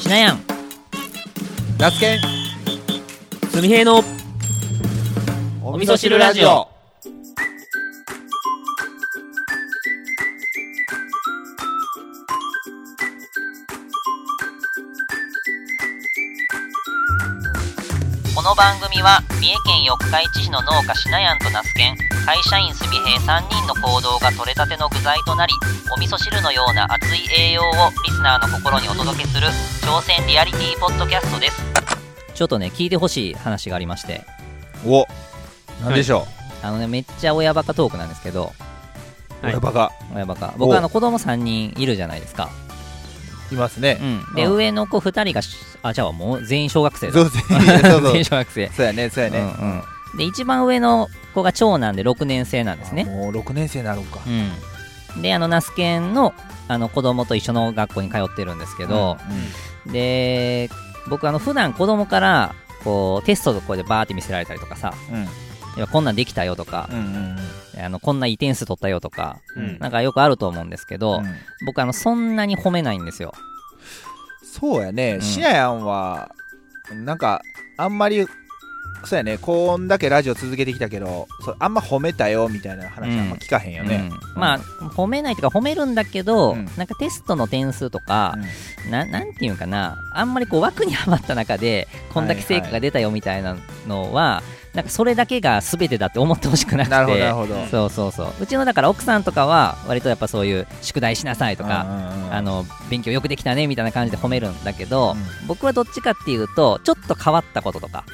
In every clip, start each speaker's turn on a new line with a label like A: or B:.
A: きなやん
B: ラスケン
A: すみへいの
B: お
A: 味噌汁ラジオ
C: この番組は三重県四日市市の農家しなやんと那須県会社員すみへい3人の行動が取れたての具材となりお味噌汁のような熱い栄養をリスナーの心にお届けする挑戦リアリティポッドキャストですちょっとね聞いてほしい話がありまして
B: おなんでしょ
C: あのねめっちゃ親バカトークなんですけど
B: う
A: はい
B: 親バカ
C: 親バカ
B: お
C: 僕あの子供3人いるじゃないですか
B: いますね
C: うんで
B: うん
C: 上の子2人がしあじゃあもう全員小学生
B: そ
C: だ
B: うそう そうそう
C: 全員小学生
B: そうやねそうやね
C: うんうんで一番上の子が長男で6年生なんですね
B: あもう六年生になるんか
C: うん、であの那須研のあの子供と一緒の学校に通ってるんですけど、で僕あの普段子供からこうテストとかでバーって見せられたりとかさ
B: うんうん
C: いやこんなんできたよとか、
B: うんうん
C: あのこんな移転数取ったよとか、
A: うん
C: なんかよくあると思うんですけど、
B: うん
C: 僕あのそんなに褒めないんですよ
B: そうやね
C: ん
B: しなやんはなんかあんまりそうやね高音だけラジオ続けてきたけどそうあんま褒めたよみたいな話あんま聞かへんよね
C: うんまあ褒めないというか褒めるんだけど、
B: うん
C: なんかテストの点数とか、ななんていうんかなあんまりこう枠にはまった中でこんだけ成果が出たよみたいなのは、なんかそれだけが全てだって思ってほしくなくて
B: なるほどなるほど
C: そうそうそううちのだから奥さんとかは割とやっぱそういう宿題しなさいとか、あ
B: あ
C: の勉強よくできたねみたいな感じで褒めるんだけど、
B: うん
C: 僕はどっちかっていうとちょっと変わったこととか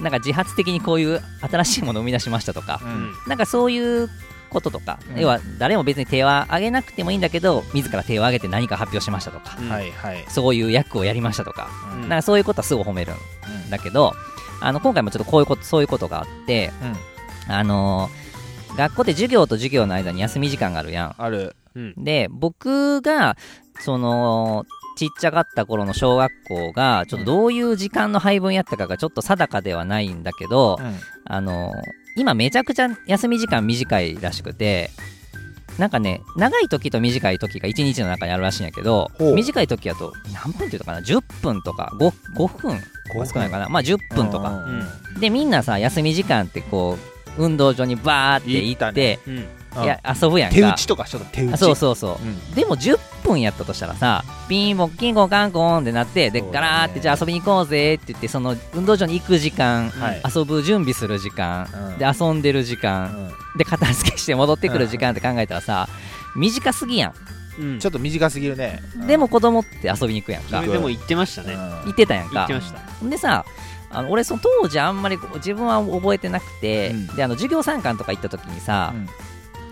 C: なんか自発的にこういう新しいものを生み出しましたとか、
A: うん
C: なんかそういうこととか、
B: うん
C: 要は誰も別に手は挙げなくてもいいんだけど自ら手を挙げて何か発表しましたとか、
A: うん
B: はいはい
C: そういう役をやりましたとか、
B: うん
C: なんかそういうことはすぐ褒めるん
B: うん
C: だけど、あの今回もちょっとこういうこと、そういうことがあって、
B: うん
C: あのー学校で授業と授業の間に休み時間があるや
B: ある
A: うん
C: ん。で、僕が、その、ちっちゃかった頃の小学校が、ちょっとどういう時間の配分やったかがちょっと定かではないんだけど、あのー今めちゃくちゃ休み時間短いらしくて、なんかね、長い時と短い時が1日の中にあるらしいんやけど
B: ほう、
C: 短い時やと何分っていうのかな、10分とか 5, 5分
B: 5分
C: 少ないかな、まあ10分とか。
B: うん
C: で、みんなさ、休み時間ってこう、運動場にバーって行
B: 行っ
C: ったて、
A: うん
B: うん
C: いや遊ぶやんか。
B: 手打ちとかちょっと手打
C: あ
B: ち
C: そうそうそう。
B: うん
C: でも10分やったとしたらさ、ピンポンキンコンカンコンってなって、で、
B: そうだね
C: ガラーってじゃあ遊びに行こうぜって言って、その運動場に行く時間、
B: はい
C: 遊ぶ準備する時間、
B: うん
C: で、遊んでる時
B: う
C: 間、
B: ん
C: で、片付けして戻ってくる時間って考えたらさ、短すぎや
A: うん
B: ちょっと短すぎるね
C: ん。でも子供って遊びに行くやん
A: そ
C: か
A: れ。でも言ってました
B: うん
A: ね
C: 行ってたやん
A: 言っ
C: か
A: て。ました
C: でさあの俺その当時あんまりこう自分は覚えてなくて、
B: うん
C: であの授業参観とか行った時にさ、
B: うん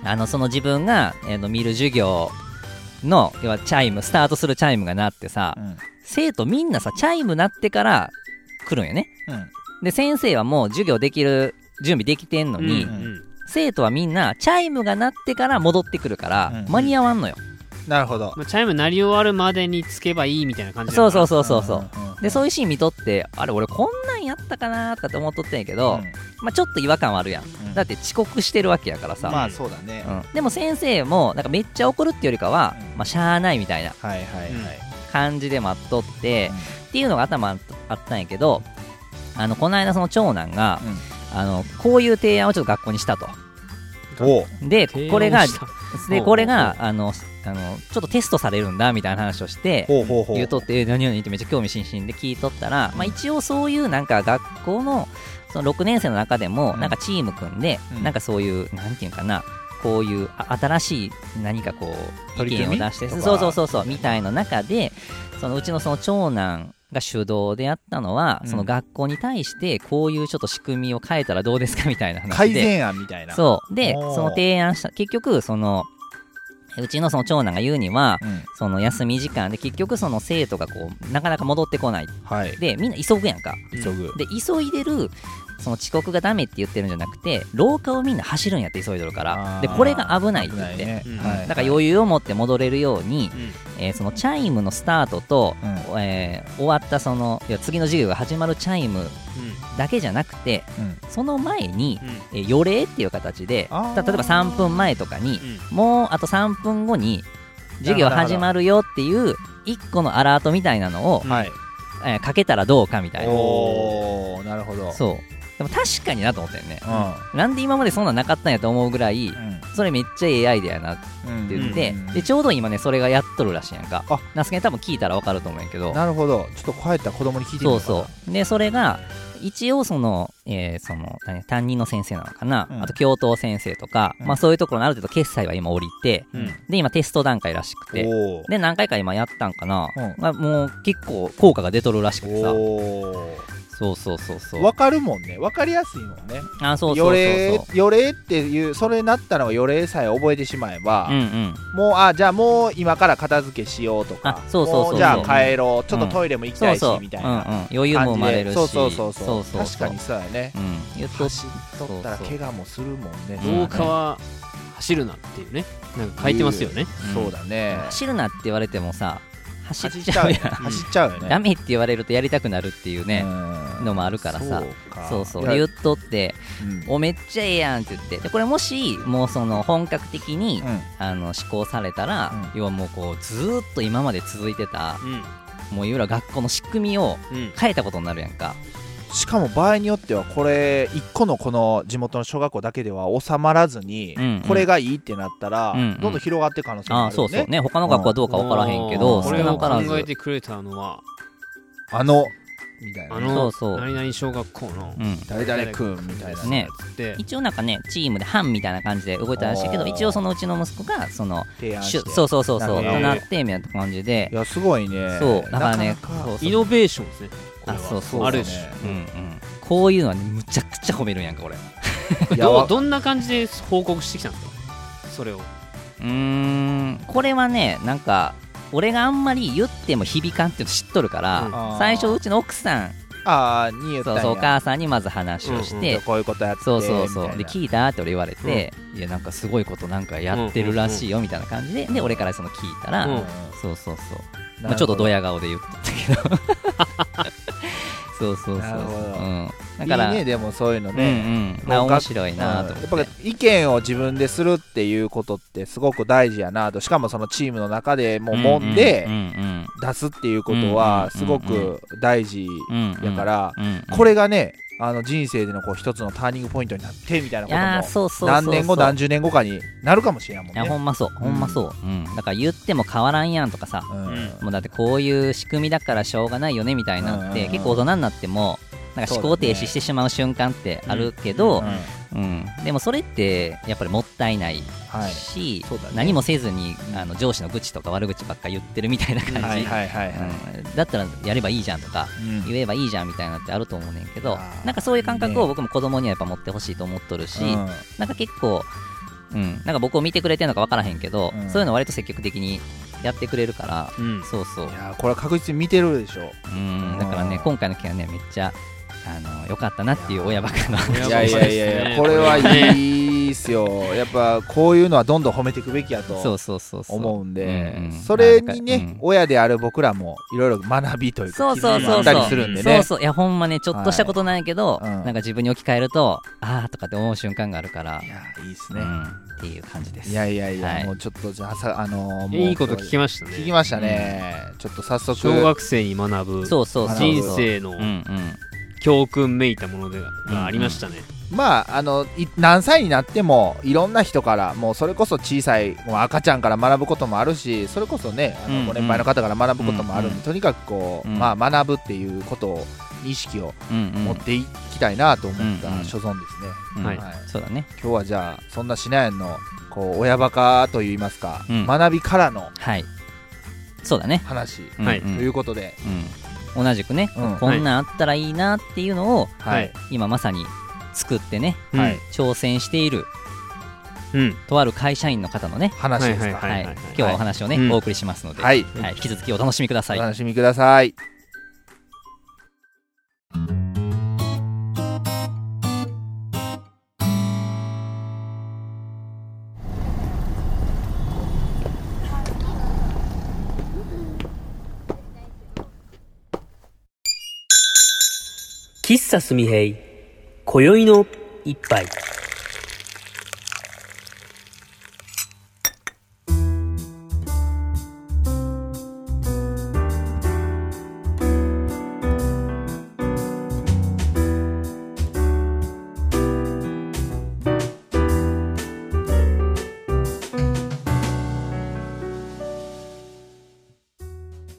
C: あのその自分が、えーの見る授業の要はチャイムスタートするチャイムが鳴ってさ、
B: うん
C: 生徒みんなさチャイム鳴ってから来るんよね
B: うん
C: で先生はもう授業できる準備できてんのに、
A: うんうん
C: 生徒はみんなチャイムが鳴ってから戻ってくるから、
B: うん
C: 間に合わんのよ、
B: なるほど
A: まあ、チャイム鳴り終わるまでにつけばいいみたいな感じ
C: そうそう
A: う
C: そうそうそう、でそう
B: い
C: いうシーン見とってあれ俺こんなんやったかなとかって思っとったんやけど、まあ、ちょっと違和感はあるやん
B: うん
C: だって遅刻してるわけやからさ、
B: まあそうだね
C: うんでも先生もなんかめっちゃ怒るっていうよりかは、
B: うん
C: まあ、しゃあないみたいな
B: はいはいはい
C: 感じで待っとって、
B: うん
C: っていうのが頭ああったんやけどあのこの間その長男が、
B: うん
C: あのこういう提案をちょっと学校にしたと
B: おう
C: でこれが
B: ほうほう
C: で
B: ほう
C: これがあのあのちょっとテストされるんだみたいな話をして
B: ほうほうほう
C: 言うとってえ何々ってめっちゃ興味津々で聞いとったら、まあ、一応そういうなんか学校のその6年生の中でも
B: うん
C: なんかチーム組んで、
B: うん
C: なんかそういうなんていうかなこういうあ新しい何かこう
B: 取
C: 意
B: り
C: 見を
B: 組み
C: 出して
B: とか
C: そうそうそうそうみたいの中でそのうちのその長男が主導でやったのは、
B: うん
C: その学校に対してこういうちょっと仕組みを変えたらどうですかみたいな話
B: 改
C: で
B: 善案みたいな
C: そうで
B: おー
C: その提案した結局そのうちのその長男が言うには
B: うん
C: その休み時間で結局その生徒がこうなかなか戻ってこない
B: はい
C: でみんな急ぐやんか
A: うん
B: 急ぐ
C: で急いでるその遅刻がダメって言ってるんじゃなくて廊下をみんな走るんやって急いでるから
B: あー
C: でこれが危ないって言
B: 危な
C: っ
B: い
C: て、
B: ね
A: うん
B: はい
C: だから余裕を持って戻れるように、
A: うん
C: えーそのチャイムのスタートと、
B: うん
C: えー終わったそのいや次の授業が始まるチャイムだけじゃなくて
B: うん
C: その前に
A: うん、うん
C: えー予令っていう形で
B: あー
C: た例えば3分前とかに
A: うん
C: もうあと3分後に授業始まるよっていう1個のアラートみたいなのを、
B: はい
C: えーかけたらどうかみたいな
B: おおなるほど
C: そうでも確かになと思ったよね
B: うん
C: なんで今までそんなんなかったんやと思うぐらいそれめっちゃええアイデアやなって
B: うん
C: 言って、
B: うん
C: でちょうど今ねそれがやっとるらしいやんか
B: あ
C: ナスケに多分聞いたら分かると思うんやけど
B: なるほどちょっと帰ったら子供に聞いてみ
C: そ
B: よ
C: う
B: うかな
C: そうでそれが一応その,、えーその何担任の先生なのかな、
B: うん
C: あと教頭先生とか、
B: うん
C: まあ、そういうところのある程度決済は今降りて
A: うん
C: で今テスト段階らしくて
B: おー
C: で何回か今やったんかな、
B: うん
C: まあ、もう結構効果が出とるらしくてさ
B: お
C: そうそうそうそ
B: ー
C: う
B: わかるもんねわかりやすいもんね
C: あそうそ
B: よ
C: うそう
B: れ
C: そう
B: よれっていうそれなったのはよれさえ覚えてしまえば、
C: うんうん
B: もうあじゃあもう今から片付けしようとか
C: あそうそうそうそう
B: もじゃあ帰ろうちょっと
C: うん
B: トイレも行き
C: そ
B: た
C: う
B: いし、
C: そう、
B: みたい
C: うんう
B: な感
C: ん、余裕も生まれるし
B: そうそうそうそう
C: そうそう
B: 確かにそうやね
C: うん言っと
B: 走っとったら怪我もするもんね
C: そう
A: 廊下は走るなっていうねなんか書いてますよね
C: うん
B: そうだね
C: 走るなって言われてもさ走っ
B: 走っ
C: ち
B: ち
C: ゃ
B: ゃ
C: う
B: う
C: や
B: よ
C: ん
B: ね走っちゃうよね
C: ダメって言われるとやりたくなるっていうね、
B: うん
C: のもあるからさそうそう
B: か
C: で
B: い
C: 言
B: や
C: っとって
B: うん
C: 「おめっちゃええやん」って言ってでこれもしもうその本格的に、
B: うん
C: あの施行されたら、
B: う
C: 要はもうこうずーっと今まで続いてた
A: うん
C: もういわゆる学校の仕組みを
A: うん
C: 変えたことになるやんか
B: しかも場合によってはこれ一個のこの地元の小学校だけでは収まらずに、
C: うんうん
B: これがいいってなったら、
C: うんうん
B: どんどん広がっていく可能性もあ
C: あ
B: るよ
C: あ
B: ね
C: そうそうね他の学校はどうか分からへんけど
B: うん
A: こ
C: 少
A: れ
C: な
A: を
C: から
A: 考
C: ず
A: えてくれたのは
B: あのみたいな
A: あ
B: ね
A: の
C: そうそう
A: 何々小学校の
C: うん
B: 誰々君みたいな
C: ね
A: つって
C: 一応なんかねチームで班みたいな感じで動いたらしいけど
B: おー
C: 一応そのうちの息子がその
B: 提案
C: し
B: し
C: ゅ
B: て
C: そうそうそうそうと
B: なるほど
C: なってみたいな感じで
B: いやすごいね
C: そうだからね
B: なかなか
C: そうそう
A: イノベーションですねこれは
C: あそうそう
A: ある種
C: うんうんこういうのはねむちゃくちゃ褒めるんやんか俺
B: いや
A: ど
B: わ
A: うどんな感じで報告してきたんですかそれを
C: うーんこれはねなんか俺があんまり言っても響かんっていうの知っとるから、
B: うん
C: 最初うちの奥さん
B: ああに言っ
C: そ
B: たん
C: う
B: や
C: そうお母さんにまず話をして、
B: じゃあこういうことやって
C: そうそうそ
B: みた
C: う
B: いな
C: で聞いたって俺言われて、いやなんかすごいことなんかやってるらしいよみたいな感じで、で俺からその聞いたら、
A: う
B: うん
A: ん
C: そうそうそう、
B: な
C: まあ、
B: る
C: ちょ
B: ほ
C: っとドヤ顔で言っとった けどそうそうそう
B: なるほど
C: うん、だから
B: いいねでもそういうの
C: うんう
B: ね、
C: んまあ面白いなと
B: うん
C: 思
B: や
C: っ、
B: ってぱ意見を自分でするっていうことってすごく大事やなとしかもそのチームの中でもうもんで、
C: うんうん
B: 出すっていうこと
C: うん
B: はすご
C: うん
B: く大事
C: うんうん
B: やから、
C: うんうん
B: これがねあの人生でのこう一つのターニングポイントになってみたいない
C: やー
B: ことも
C: そうそうそうそう
B: 何年後何十年後かになるかもしれんも
C: い
B: ん
C: やほ
B: ね。
C: んまそうほんまそう、うんだから言っても変わらんやんとかさ、
B: うん
A: うん
C: もうだってこういう仕組みだからしょうがないよねみたいなって、
B: うん
C: 結構大人になってもなんか思考停止してしまう瞬間ってあるけど、
B: うん
C: うんでもそれってやっぱりもったいない
B: はい
C: し、
B: そうだね
C: 何もせずにあの上司の愚痴とか悪口ばっか言ってるみたいな感じ、
B: はいはいはいはい。
C: うんだったらやればいいじゃんとか
B: うん
C: 言えばいいじゃんみたいなってあると思うねんけど
B: あー
C: なんかそういう感
B: いい
C: 覚
B: ね
C: を僕も子供にはやっぱ持ってほしいと思っとるし、
B: うん
C: なんか結構、うん、なんか僕を見てくれてるのか分からへんけど、
B: うん
C: そういうの割と積極的にやってくれるから、
A: うん
C: そうそう
B: い、やーこれは確実に見てるでしょ
C: うん、だからね
B: う、ん
C: 今回の件はね、めっちゃ、あの、良かったなっていう親バカの
A: いや
C: 話
B: いやいやい
A: そうです
B: やい
A: ね
B: やこれはいいっすよやっぱこういうのはどんどん褒めていくべきや
C: そ
B: と
C: うそうそうそう。
B: 思うんで
C: うんうん
B: それに
C: まあなん
B: ね
C: かうん
B: 親である僕らもいろいろ学びという
C: そ
B: か
C: う
B: 気
C: そう
B: づきもあ
C: そう
B: った
C: そ
B: り
C: う。
B: するんで
C: そう
B: ね
C: そう。いや、ほんまね、ちょっとしたことないけど、
B: はいうん
C: なんか自分に置き換えると、あーとかって思う瞬間があるから、
B: いやーいいっす
C: う
B: ね
C: ん、っていう感じです。
B: いやいやいや、
C: はい
B: もうちょっとじゃあさ、あのーもう
A: いいこと聞きましたね
B: 聞きましたね、ちょっと早速
A: 小学生に学ぶ
C: そうそうそう。
A: 人
C: そう。
A: 生
C: うんう
A: の
C: ん。
A: 教訓めいたものでがありましたね
B: まああのい何歳になってもいろんな人からもうそれこそ小さいもう赤ちゃんから学ぶこともあるしそれこそねあ
C: うんうん
B: のご年配の方から学ぶこともあるん
C: う
B: で、
C: んうん
B: とにかくこう、
C: うん
B: まあ学ぶっていうことを意識を
C: うんうん
B: 持っていきたいなと思った所存ですね、
C: うん
A: はい
C: そうだね。
B: 今日はじゃあそんなしなやんのこう親バカといいますか、
C: うん
B: 学びからの
C: はい。そうだね。
B: 話
C: うん
A: はい
B: ということで、
C: うん同じくね、
B: うん
C: こんなんあったらいいなっていうのを、
A: はい
C: 今まさに作ってね、
B: は
A: う
B: い
A: ん
C: 挑戦している
A: うん
C: とある会社員の方のね、
B: 話ですか、
A: はいはい
C: はい
A: はい
C: 今日はお話をね、
A: うん
C: お送りしますので、
B: はい
C: はい引き続きお楽しみください。
B: お楽しみください。
D: 喫茶すみへい今宵の一杯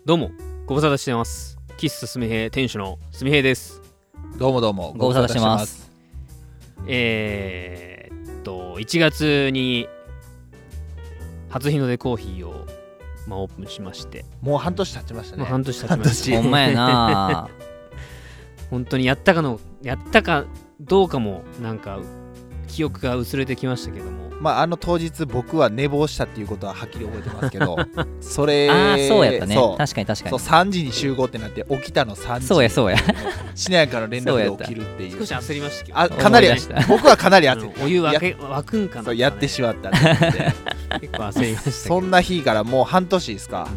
A: どうもご無沙汰してます喫茶すみへい店主のすみへいです
B: どうもどうも
E: ご無沙汰してま
B: ご無沙汰して
E: す
A: えー、っと1月に初日の出コーヒーを、まあ、オープンしまして、
B: ますもう半年経ちました
A: も
B: ね
A: う半年経ちまし
E: ほ
A: た
E: んまや な
A: 本当にやったかのやったかどうかもなんか記憶が薄れてきましたけども
B: まあ、あの当日僕は寝坊したっていうことははっきり覚えてます けどそれ
E: ああそうやったね
B: そう
E: 確かに確か
B: そう
E: に
B: 3時に集合ってなって起きたの3時
E: そうやそうや
B: しなやかの連
E: そうや
B: 絡
E: っ
B: で
E: た
B: 起きるっていう
A: 少し焦りましたけど
B: あかなり
E: 思い出した
B: 僕はかなり
A: あ
B: 焦っ
A: の
B: て
A: お湯沸
B: や
A: け沸くん
B: そ
A: かなとか
B: う
A: ね
B: やってしまったって言って
A: 結構焦りましたけど
B: そんな日からもう半年ですか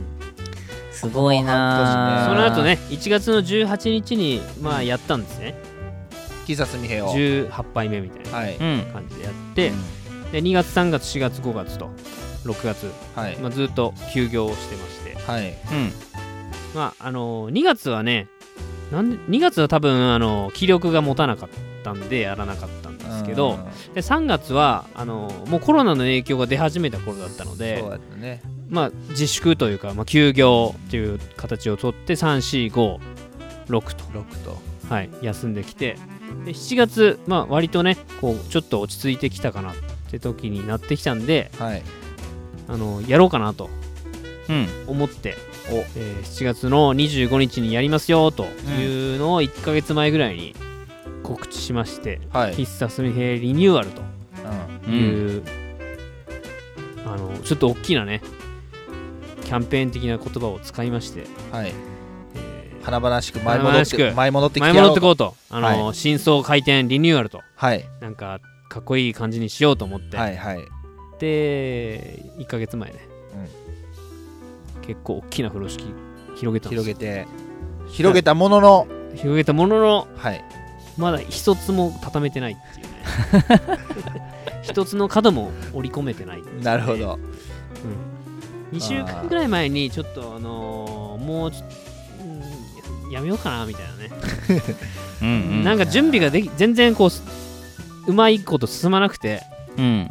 E: すごいな
A: そ
B: こ
A: の後ね1月の18日にまあやったんですね
B: 喫茶すみへを
A: 18杯目みたいな
B: はい、
E: うん
A: 感じでやってで2月3月4月5月と6月、
B: はい
A: まあ、ずっと休業をしてまして
B: はい
E: うん
A: まああのー、2月はねなんで2月は多分あのー気力が持たなかったんでやらなかったんですけ
B: う
A: ど
B: ん
A: で3月はあのーもうコロナの影響が出始めた頃だったので
B: そうだったね
A: まあ自粛というか、まあ、休業という形をとって3456と
B: 6と
A: はい、休んできてで7月、まあ、割とねこうちょっと落ち着いてきたかなって時になってきたんで
B: はい
A: あのやろうかなと
E: うん
A: 思って、
B: お
A: えー7月の25日にやりますよというのを1ヶ月前ぐらいに告知しまして
B: は
A: 「
B: い、
A: 喫茶すみへリニューアル」
B: うん
A: という、あのちょっと大きなねキャンペーン的な言葉を使いまして、
B: はい、
A: えー
B: 華々しく前
A: 華
B: 戻
A: 々
B: っ
A: しく
B: て前戻ってきて
A: 前
B: やろう
A: 戻ってこうとあの、
B: は
A: 真相回転リニューアルと
B: はい
A: なんかかっこいい感じにしようと思って、
B: はいはい
A: で1ヶ月前ね、結構大きな風呂敷広げたんです
B: 広げ
A: よ
B: て広げたものの
A: 広げたものの
B: はい
A: まだ一つも畳めてないっていうね 一つの角も織り込めてないっていうね
B: なるほど
A: 2週間ぐらい前にちょっとあのーもうちょうんやめようかなみたいなね、
E: うん
A: なんか準備ができ全然こうすうまいこと進まなくて、
E: うん
B: う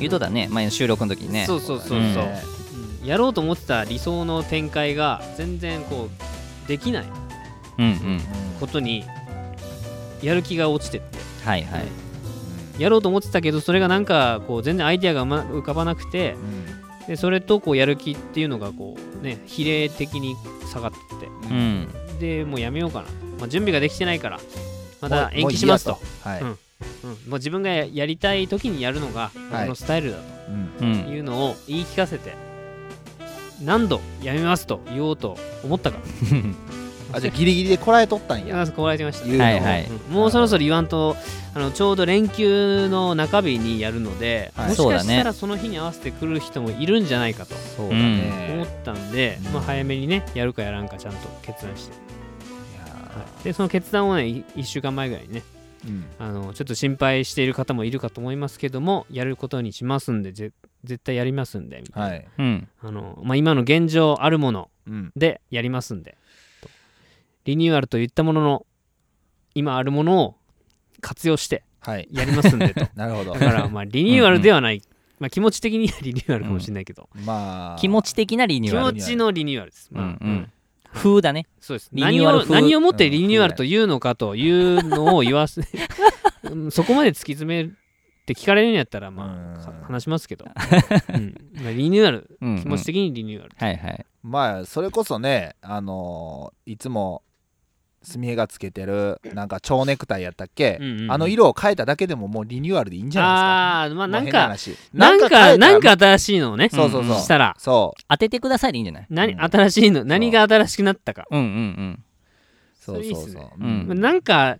E: 言うとだね前の収録の時にね
A: そうそうそうそう、
B: ん
E: ね
A: うんやろうと思ってた理想の展開が全然こうできない
E: うんうん
A: ことにやる気が落ちてって
E: はいはい
A: やろうと思ってたけどそれがなんかこう全然アイデアがうま浮かばなくてでそれとこうやる気っていうのがこうね比例的に下がって
B: うん
E: う
B: うん
E: ん
A: てでもうやめようかな、まあ、準備ができてないからま
B: も
A: た
B: う
A: 延期しますと
B: もういいやはい
A: うんうん、もう自分がややりたい時にやるの
B: は
A: が
B: い
A: 僕のスタイルだ
B: うん
E: う
A: と
E: ん
A: いうのを言い聞かせて何度やめますと言おうと思ったから
B: あじゃあギリギリでこらえとったん
A: いや
B: や
A: そこられてました
B: 言うの
E: はいはい
A: うんもうそろそろ言わんとあのちょうど連休の中日にやるので、
B: はい
A: もしか
E: そうだ
A: した
E: ね
A: らその日に合わせて来る人もいるんじゃないかと
B: そう
E: だね
A: 思
B: い
A: ったんで、
B: うん
A: まあ、早めにねやるかやらんかちゃんと決断して、は
B: や
A: いでその決断をね1週間前ぐらいにね
B: ーうん
A: あのちょっと心配している方もいるかと思いますけどもやることにしますんでぜ絶対やりますんでみたいな、
B: はい
E: うん
A: あのまあ、今の現状あるもの
B: うん
A: でやりますんでとリニューアルといったものの今あるものを活用して
B: はい
A: やりますん でと
B: なるほど
A: だからまあリニューアルではないまあ、気持ち的にはリニューアルかもしれないけど、
B: まあ
E: 気持ち的なリニ
A: 気
E: ューア
A: 持
E: ル
A: ちのリニューアルです、まあ
E: うんうん風だね
A: そうです
E: リニューアル
A: 何を
E: 風
A: 何をもってリニューアルというのかというのを 言わせうんそこまで突き詰めるって聞かれるんやったらまあ
B: うん
A: 話します けど、うんまあ、リニューアル
E: うんうん
A: 気持ち的にリニューアル、
E: はいはい
B: まあそれこそねあのーいつも墨絵がつけてるなんか蝶ネクタイやったっけ、
A: うんうんうん
B: あの色を変えただけでももうリニューアルでいいんじゃない
A: ああーまあ
B: ですかま
A: なん
B: あ変
A: か
B: 話
A: な
B: 変
A: ん
B: えた
A: からなんか新しいのをね
B: そうそうそう、
E: うん
A: したら
B: そう
E: 当ててくださいでいいんじゃない
A: 何
B: うん
A: 新しいの何が新しくなったか、
E: うんうん
B: そう
A: それいいっ
B: そう
A: す
B: そう
A: ね
B: う
E: うん
B: ん
A: まあなんか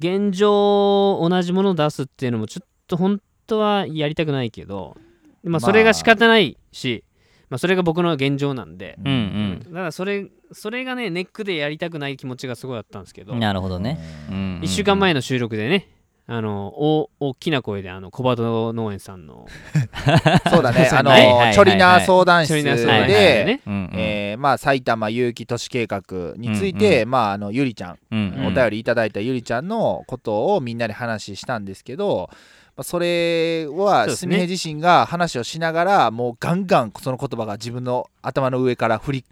A: 現状同じものを出すっていうのもちょっと本当はやりたくないけど、ま
B: ま
A: あ、
B: あ
A: それが仕方ないし、まあ、それが僕の現状なんで、
E: うんうん
A: だからそれそれがねネックでやりたくない気持ちがすごいあったんですけど
E: うんなるほどねうん
A: 1週間前の収録でねあのお大きな声であの小鳩農園さんの
B: そう だねあの
E: はいはいはいはい
B: ーチョリナー相談室
A: 一人の
B: で、
A: 相談
E: 室
A: でね
E: うんうん
B: えーまあ、埼玉有機都市計画について、まあ、あのゆりちゃん
E: うん
B: お便りいただいたゆりちゃんのことをみんなで話したんですけど、まあ、それ
A: そう
B: は
A: です
B: す
A: ね
B: みへ自身が話をしながらもうガンガンその言葉が自分の頭の上から振り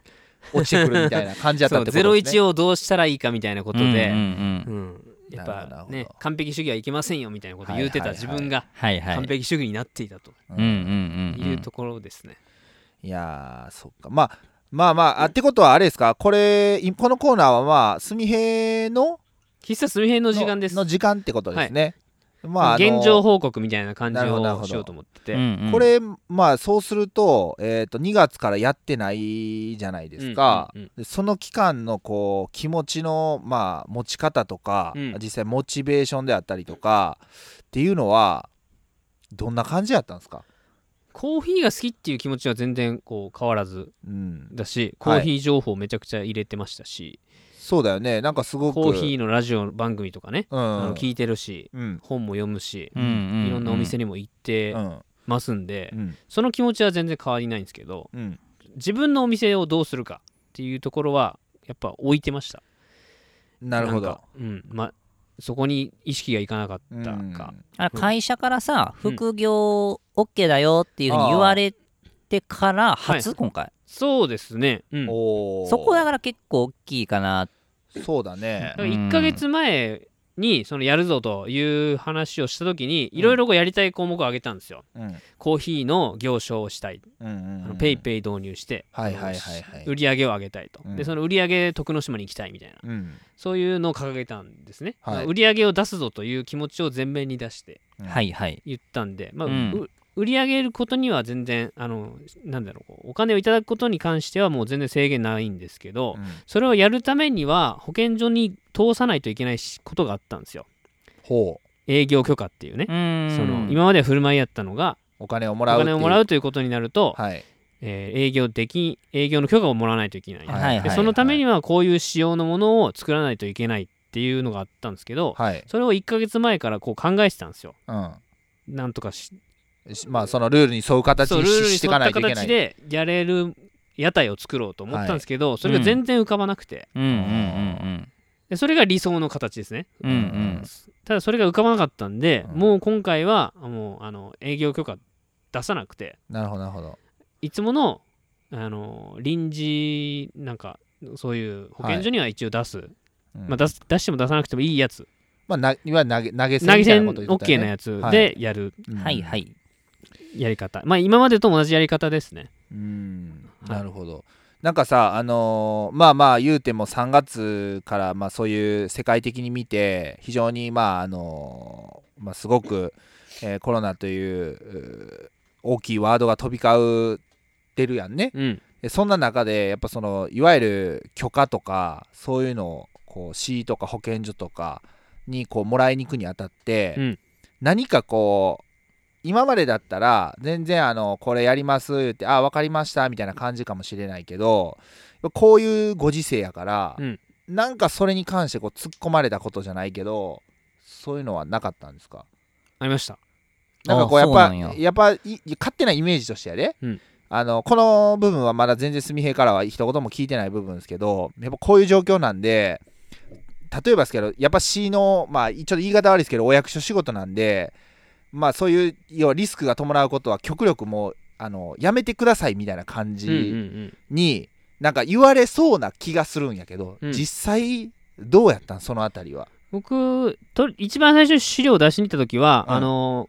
B: 落ちてくるみたいな感じだった
A: そ
B: っ
A: う
B: てことですね。
A: 01をどうしたらいいかみたいなこと
C: うんうんう
A: で、
C: ん
A: うんやっ
B: なるほどなる
A: ぱ
B: ほど
A: ね完璧主義はいけませんよみたいなこと言うてた
B: はいはい
A: 自
B: はい
A: 分が
C: はいはい。
A: 完璧主義になっていたと
C: うんうんうん。
A: いうところですね。
B: いやーそっかまあまあまああってことはあれですかこれいこのコーナーはまあすみへの
A: 喫茶水平の時間です
B: の。時間ってことですね。まああの
A: 現状報告みたいな感じ
B: なるほどなるほ
A: を
B: ど
A: しようと思って
C: うん
A: て。
C: うん
B: こ、れまあそうすると,、えー、と2月からやってないじゃないですか、
A: うんうん
B: でその期間のこう気持ちのまあ持ち方とか、
A: うん
B: 実際モチベーションであったりとかっていうのはどんな感じやったんですか、
A: コーヒーが好きっていう気持ちは全然こう変わらず
B: うん、
A: だし、コ
B: はい
A: ーヒー情報めちゃくちゃ入れてましたし、
B: そうだよねなんかすごく
A: コーヒーのラジオ番組とかね、あの聞いてるし、
B: うんうん
A: 本も読むし、
C: うんうんうん、
A: いろんなお店にも行って
B: うん
A: ますんで、
B: うん
A: その気持ちは全然変わりないんですけど、
B: うん
A: 自分のお店をどうするかっていうところはやっぱ置いてました
B: なるほ
A: ん
B: ど
A: かうんまそこに意識がいかなかったか、
E: あ
A: うん
E: 会社からさ、副業 OK だよっていうふうに言われてから初、
A: は
E: 今回
A: そうですね、うん、だか
B: おー
E: そこだから結構大きいかな
B: そうだね
A: ら1ヶ月前にそのやるぞという話をした時にいろいろこうやりたい項目を挙げたんですよ、
B: うん
A: コーヒーの行商をしたい、
B: うんうん
A: あ
B: う
A: の
B: ん
A: ペイペイ導入して、
B: はいはいはいはい
A: 売り上げを上げたいと、
B: うん
A: でその売り上げ徳之島に行きたいみたいな
B: うん
A: そういうのを掲げたんですね、
B: はい
A: 売り上げを出すぞという気持ちを前面に出して
B: うん
E: はいはい
A: 言ったんで、まあ
C: うん
A: う売り上げることには全然あのなんだろうこうお金をいただくことに関してはもう全然制限ないんですけど、
B: うん
A: それをやるためには保健所に通さないといけないしことがあったんですよ
B: ほう
A: 営業許可っていうね、
C: うん、
A: その今までは振る舞いやったのが
B: お金を
A: お
B: もらうって
A: 金
B: い
A: をもらうということになると、
B: はい
A: えー営業でき営業の許可をもらわないといけない、
E: はいはい
A: でそのためにはこういう仕様のものを作らないといけないっていうのがあったんですけど、
B: はい、
A: それを1ヶ月前からこう考えてたんですよなんとかし
B: うん、しまあそのルールに沿う形
A: そう
B: に
A: ルールに
B: し
A: 沿
B: してい
A: っ
B: かな
A: た
B: いといけな
A: 形
B: い
A: でやれる屋台を作ろうと思ったんですけど、それが全然浮かばなくて、
C: うんうんうん
A: でそれが理想の形ですね
C: うんうんうん
A: ただそれが浮かばなかったんで、
B: うん
A: もう今回はもうあの営業許可出さなくて
B: なるほどなるほど
A: いつものあの臨時なんかそういう保健所には一応出す、
B: うん
A: まあ、出す出しても出さなくてもいいやつ
B: まあないわゆる投げ投げ銭
A: 投げ
B: みたい
A: 銭
B: なこと言ってた
A: OK
B: よ
A: な
B: ね
A: やつ
B: はい、
A: でやる
E: はいはいい
A: やり方、まあ今までと同じやり方ですね
B: うん、
A: はい
B: なるほどなんかさあのーまあまあ言うても3月からまあそういう世界的に見て非常にまああのーまあすごく、えーコロナといううー大きいワードが飛び交ってるやんね
A: うん
B: でそんな中でやっぱそのいわゆる許可とかそういうのをこう市とか保健所とかにこうもらいに行くにあたって、
A: うん
B: 何かこう今までだったら全然あのこれやります言ってあ分かりましたみたいな感じかもしれないけどこういうご時世やから、
A: うん
B: なんかそれに関してこう突っ込まれたことじゃないけどそういうのはなかったんですか
A: ありました
B: なんかこう
E: あ
B: や
E: あ
B: っぱ
E: そうなんや
B: やっぱい勝手なイメージとしてやで、
A: うん
B: あのこの部分はまだ全然純平からは一言も聞いてない部分ですけどやっぱこういう状況なんで例えばですけどやっぱ市のまあちょっと言い方悪いですけどお役所仕事なんでまあそういう要はリスクが伴うことは極力もうあのやめてくださいみたいな感
A: うんうんう
B: じ
A: ん
B: になんか言われそうな気がするんやけど、
A: うん
B: 実際どうやったんそのあたりは。
A: 僕と一番最初に資料を出しに行った時は、
B: うん
A: あの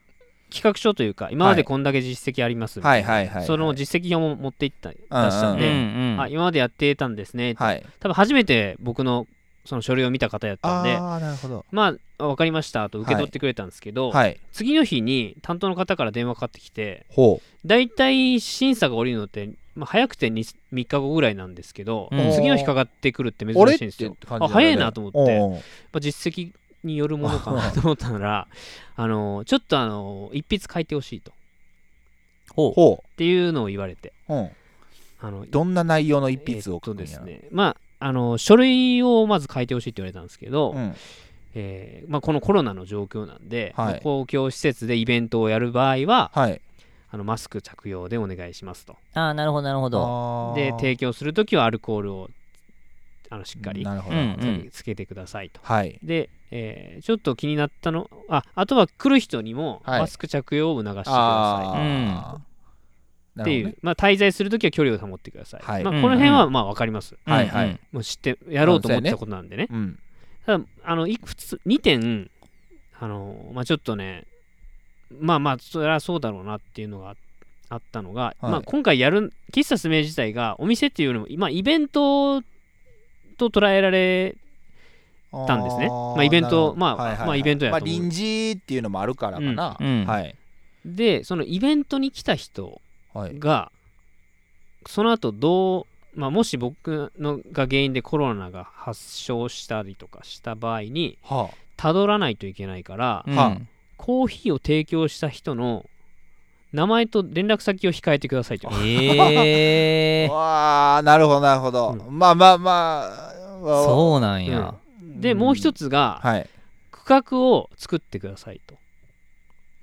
A: 企画書というか今までこんだけ実績ありますみた
B: はいい
A: な、
B: はいはい。
A: その実績表も持っていった出したん
C: う
A: で、
C: んうん
A: あ今までやってたんですね、
B: はい。
A: 多分初めて僕のその書類を見た方やったんで
B: あーなるほど。
A: まあ分かりましたと受け取ってくれたんですけど、
B: はい。
A: 次の日に担当の方から電話かかってきて
B: ほう。
A: だいたい審査が降りるのって、まあ、早くて 3, 日後ぐらいなんですけど、
C: うん
A: 次の日かかってくるって珍
B: あれ
A: しいんですよ。あ早いなと思ってまあ、実績によるものかなと思った なら、あのちょっとあの一筆書いてほしいとっ
B: ほうほ
A: ていうのを言われて、
B: う、うん、
A: あの
B: どんな内容の一筆を
A: えーっ
B: 書く
A: と
B: んや、
A: ですね、まああの書類をまず書いてほしいって言われたんですけど、
B: うん
A: えーまあ、このコロナの状況なんで、
B: はい
A: まあ公共施設でイベントをやる場合は
B: はい
A: あのマスク着用でお願いしますと
E: ああなるほどなるほど
B: あー
A: で提供するときはアルコールをあのしっかり
B: なるほ
C: う
B: ど、
C: んうん
A: つけてくださいと。
B: はい
A: で、えーちょっと気になったのああとは来る人にも
B: はい
A: マスク着用を促してください、
B: あーなる
A: っ
B: ほ
A: てい
B: ど
A: う、
B: ね
A: まあ、滞在するときは距離を保ってください、
B: はい
A: まあ、
C: うん
A: この辺はまあ分かります、
C: うん
B: はいはい
A: もう知ってやろうと思ってたことなんでね
B: うん
A: ただあのいくつ2点あの、まあ、ちょっとねまあまあそりゃそうだろうなっていうのがあったのが、
B: はい
A: まあ、今回やる喫茶すめ自体がお店っていうよりも、まあ、イベントと捉えられたんですねまあイベン
B: な
A: ト
B: るほど
A: まあ
B: はいはいはい
A: まあイベントやと思う
B: まあ、臨時っていうのもあるからかな、
C: うんうん
B: はい
A: でそのイベントに来た人
B: はい
A: がその後どう、まあ、もし僕のが原因でコロナが発症したりとかした場合に
B: は
A: たどらないといけないから、
C: うん
B: は
A: コーヒーを提供した人の名前と連絡先を控えてくださいという
B: あ、
C: ええ
B: わあなるほどなるほど、
A: う
B: まあまあま あ
C: そうなんや。
B: う
A: でもう一
B: つ
A: つが、
B: はい
A: 区画を作ってくださいと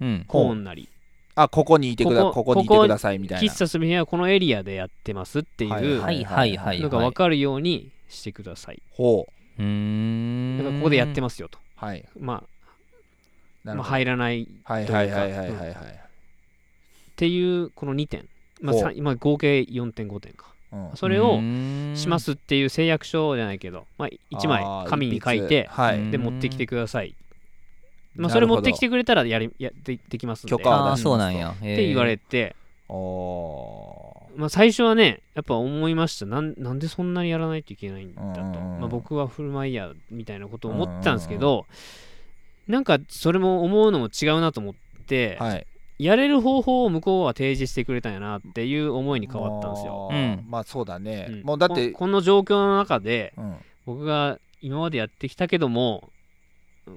C: うん。
B: ほう
A: コーンなり
B: あここにいてくだ
A: こ
B: ここ
A: こ
B: にいてくださいみたい
A: 喫
B: な
A: 茶すみへはこのエリアでやってますっていう
B: は
C: は
B: い
C: いはいはい。
A: のが分かるようにしてください、
B: ほう
C: うーん。
A: だからここでやって
C: ま
A: ますよと、
B: はい
A: まあ、
B: なるほ
A: まあ
B: ど
A: 入らない
B: はい
A: と
B: はいいう
A: か
B: はいはいはいは
A: うん
B: い
A: っ、ていうこの2点、まあ、
B: ほう
A: さ今合計4.5点か
B: うん
A: それをしますっていう誓約書じゃないけど、まあ、1
B: あ
A: 枚
B: ー
A: 紙に書い
B: 一筆
A: て
B: は
C: う
B: い、
C: ん
A: で持ってきてください、
B: なるほ
A: まあ、
B: ど
A: それ持ってきてくれたらやりやでできますんで
B: 許可を
C: ああ、そうなんや。っ
A: って言われ
C: て。
A: て、
B: お
A: まあ、最初はねやっぱ思いましたなんなんでそんなにやらないといけないんだ
B: う
A: と、
B: んうんうん
A: まあ、僕は振る舞いやみたいなことを思ってたんですけど、なんかそれも思うのも違うなと思って、
B: ーはい
A: やれる方法を向こうは提示してくれたんやなっていう思いに変わったんですよ。
B: あー
C: うん
B: まあそうだね、
A: うん
B: もうだって
A: ここの状況の中で
B: うん
A: 僕が今までやってきたけども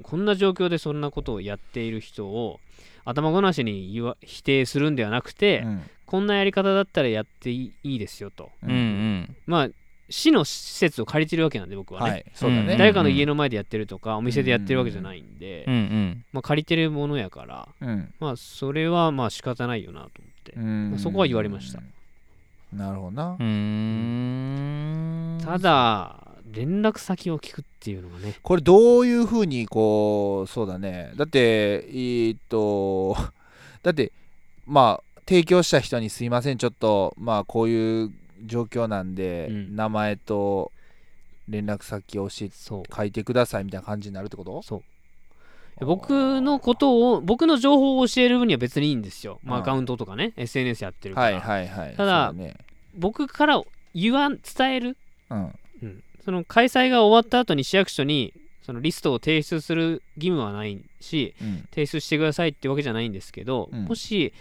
A: こんな状況でそんなことをやっている人を頭ごなしに言わ否定するんではなくて、
B: うん
A: こんなやり方だったらやっていいいいですよと
C: うんうん。
A: まあ市の施設を借りてるわけなんで僕はね、
B: はいそうだね、
C: うん
A: 誰かの家の前でやってるとかお店でやってるわけじゃないんで、
C: うんうん。
A: まあ、借りてるものやから
B: うん
A: まあそれはまあ仕方ないよなと思って、
B: うん
A: そこは言われました
B: なるほどな
C: うーん。
A: ただ連絡先を聞くっていうのがね
B: これどういうふうにこうそうだねだってえーっとだってまあ提供した人にすいませんちょっとまあこういう状況なんで、
A: うん
B: 名前と連絡先を教えて
A: そう
B: 書いてくださいみたいな感じになるってこと
A: そうで僕のことを僕の情報を教える分には別にいいんですよ、まあ、
B: う
A: ア
B: ん
A: カウントとかね SNS やってるから、
B: はいはいはい
A: ただ
B: そうね
A: 僕から言わん伝える、
B: うん
A: うんその開催が終わった後に市役所にそのリストを提出する義務はないし
B: うん
A: 提出してくださいってわけじゃないんですけど、
B: うん
A: もし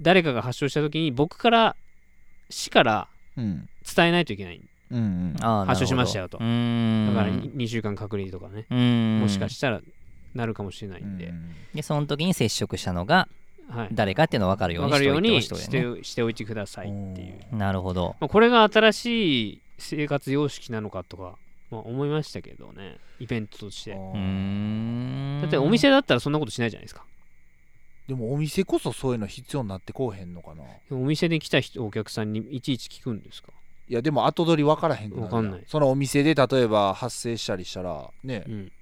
A: 誰かが発症した時に僕から市から
B: うん
A: 伝えないといけない
B: うんうん
C: あー
A: 発症しましたよと
C: なるほどうーん。
A: だから2週間隔離とかね、
C: うん。
A: もしかしたらなるかもしれないんで、
C: て。で、その時に接触したのが
A: はい、
C: 誰かっていうの分かるよう
A: 分
C: に
A: かるように
C: しといて
A: し
C: ほしいよね
A: てしておいてくださいっていう、
C: なるほど。
A: まあ、これが新しい生活様式なのかとか、まあ、思いましたけどねイベントとして
C: うーん。
A: だってお店だったらそんなことしないじゃないですか
B: でもお店こそそういうの必要になってこうへんのかな
A: お店に来た人お客さんにいちいち聞くんですか
B: いやでも後取り分からへんくるや
A: 分かんない
B: そのお店で例えば発生したりしたらね
A: うん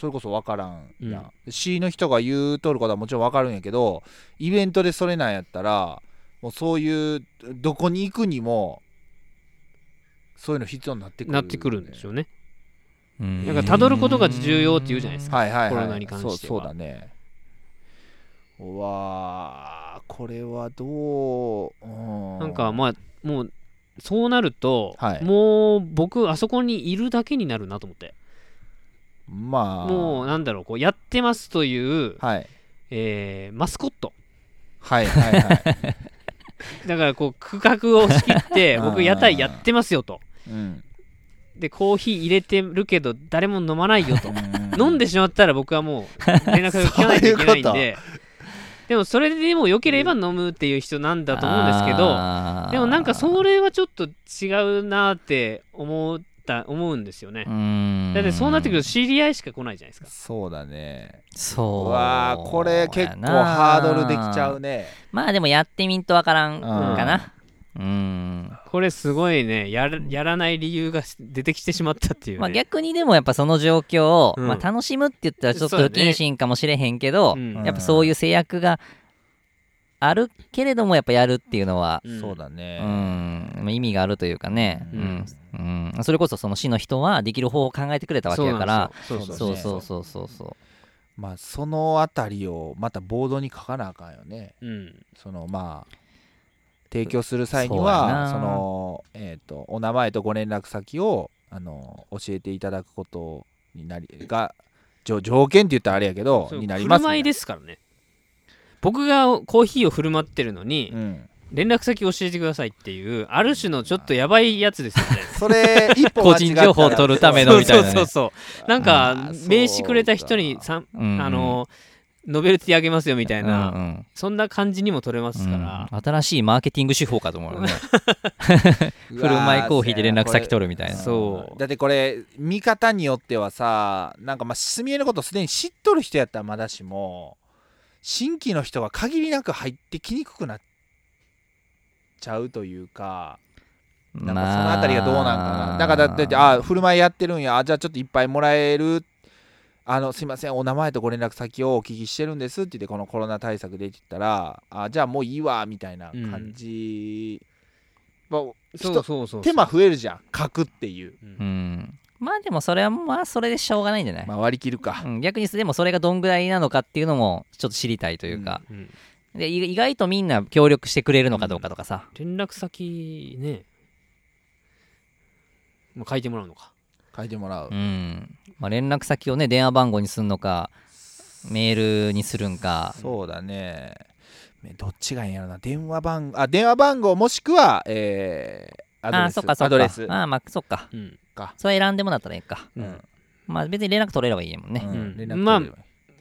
B: それこそ分からんやん、C の人が言うとることはもちろん分かるんやけどイベントでそれなんやったらもうそういうどこに行くにもそういうの必要になってくる、
A: なってくるんですよね
C: な
A: なんか辿ることが重要って言うじゃないですか
B: はいはい、はい、
A: コロナに関しては
B: そうそうだねうわーこれはどう、うん、
A: なんかまあもうそうなると、
B: はい
A: もう僕あそこにいるだけになるなと思って
B: まあ
A: もうなんだろうこうやってますという、
B: はい
A: えーマスコット
B: はいはいはい、
A: だからこう区画を仕切って
B: うん
A: 僕屋台やってますよと
B: うん、
A: でコーヒー入れてるけど誰も飲まな いよと
B: う
A: 飲んでしまったら僕はもう連絡が聞かないといけないん
B: そう
A: で
B: い
A: でもそれでも良ければ飲むっていう人なんだと思うんですけど
C: あー
A: でもなんかそれはちょっと違うなって思った思うんですよね
C: うーん
A: だってそうなってくると知り合いしか来ないじゃないですか
B: そうだねう
C: そう
B: わーこれ結構ハードルできちゃう
C: ね
B: ね
C: まあでもやってみんとわからん
B: うん
C: かなうん
A: これすごいねやらやらない理由が出てきてしまったっていう、ね
C: まあ逆にでもやっぱその状況を、
A: うん
C: まあ、楽しむって言ったらちょっ
A: そう
C: と
A: だ
C: 不
A: ね
C: 謹慎かもしれへんけど、
A: うん
C: やっぱそういう制約があるけれどもやっぱやるっていうのは、
A: うん
B: そうだ
C: う
B: ね、
C: ん、まあ意味があるというかね、
A: う
C: うんんうんそれこそその市の人はできる方法を考えてくれたわけやから
A: そうなんです
C: そ
A: よそう
C: う
A: そう
C: そうそうそうそ
B: まあそのあたりをまたボードに書かなあかんよね
A: そううん
B: そのまあ提供する際に
C: そうや
B: は
C: な
B: そのえっ、とお名前とご連絡先をあの教えていただくことになりが条条件って言ったらあれやけど
A: そう
B: になります
A: 振る舞いですからね僕がコーヒーを振る舞ってるのに、
B: うん、
A: 連絡先教えてくださいっていうある種のちょっとやばいやつですよね
B: それ一 歩
C: 個人情報を取るためのみたいなね
A: そうそうそうなん
B: あ
A: か
B: ーそうか
A: 名刺くれた人にさん
C: う、うんうん
A: あのノベルティあげますよみたいな、
C: うんうん
A: そんな感じにも取れますから、
C: うん新しいマーケティング手法かと思う よね
B: 振
C: 振る舞いコーヒーで連絡先取るみたいな
A: そう
B: だってこれ見方によってはさなんかまあすみえのことすでに知っとる人やったらまだしも新規の人が限りなく入ってきにくくなっちゃうというかなんかそのあたりがどうなんかな、なんかだってあ振る舞いやってるんやあじゃあちょっといっぱいもらえるあのすいませんお名前とご連絡先をお聞きしてるんですって言ってこのコロナ対策でって言ったらあじゃあもういいわみたいな感じ、まあ
A: そう
B: 人
A: そうそう
B: 手間増えるじゃん書くっていう、
C: うんまあでもそれはまあそれでしょうがないんじゃない、
B: まあ、割り切るか、
C: うん、逆にでもそれがどんぐらいなのかっていうのもちょっと知りたいというか、
A: うん
C: でい意外とみんな協力してくれるのかどうかとかさ、
A: 連絡先ねまあ書いてもらうのか
B: 書いてもらう、
C: うんまあ、連絡先をね電話番号にすんのかメールにするんか
B: そうだねねどっちがいいんやろな電話番あ電話番号もしくはえーアド
C: あ
B: レ
C: あ
B: ス
C: そっかそ
B: ア
C: っか
B: ドレス
C: ああまあそっか
A: うん
C: それ選んでもらったらいいか、
A: う
B: うんん
C: まあ別に連絡取れればいいもんね、
A: うん
B: 連絡取れればいい
A: まあ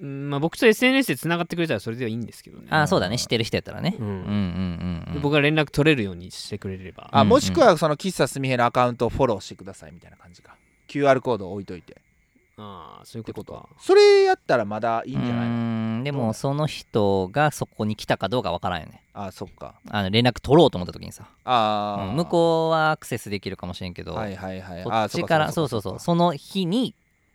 A: うんまあ、僕と SNS でつながってくれたらそれではいいんですけどね
C: ああそうだね知ってる人やったらね、
A: う
C: うんん、うんうんうん
A: 僕が連絡取れるようにしてくれれば
B: あ
C: うん
B: もしくはその喫茶すみへのアカウントをフォローしてくださいみたいな感じか QR コードを置いといてっ
A: ああそういう
B: て
A: こ
B: こと
A: か
B: とそれやったらまだいいんじゃないの
C: うんでもその人がそこに来たかどうかわからんよね
B: あそっか
C: あの連絡取ろうと思った時にさ、
B: あ
C: う
B: あ
C: ん向こうはアクセスできるかもしれんけど、
B: はいはいはい
C: こ
B: あ
C: っちから
B: そ
C: そうう
B: そ
C: そうう
B: そ
C: そううその日に、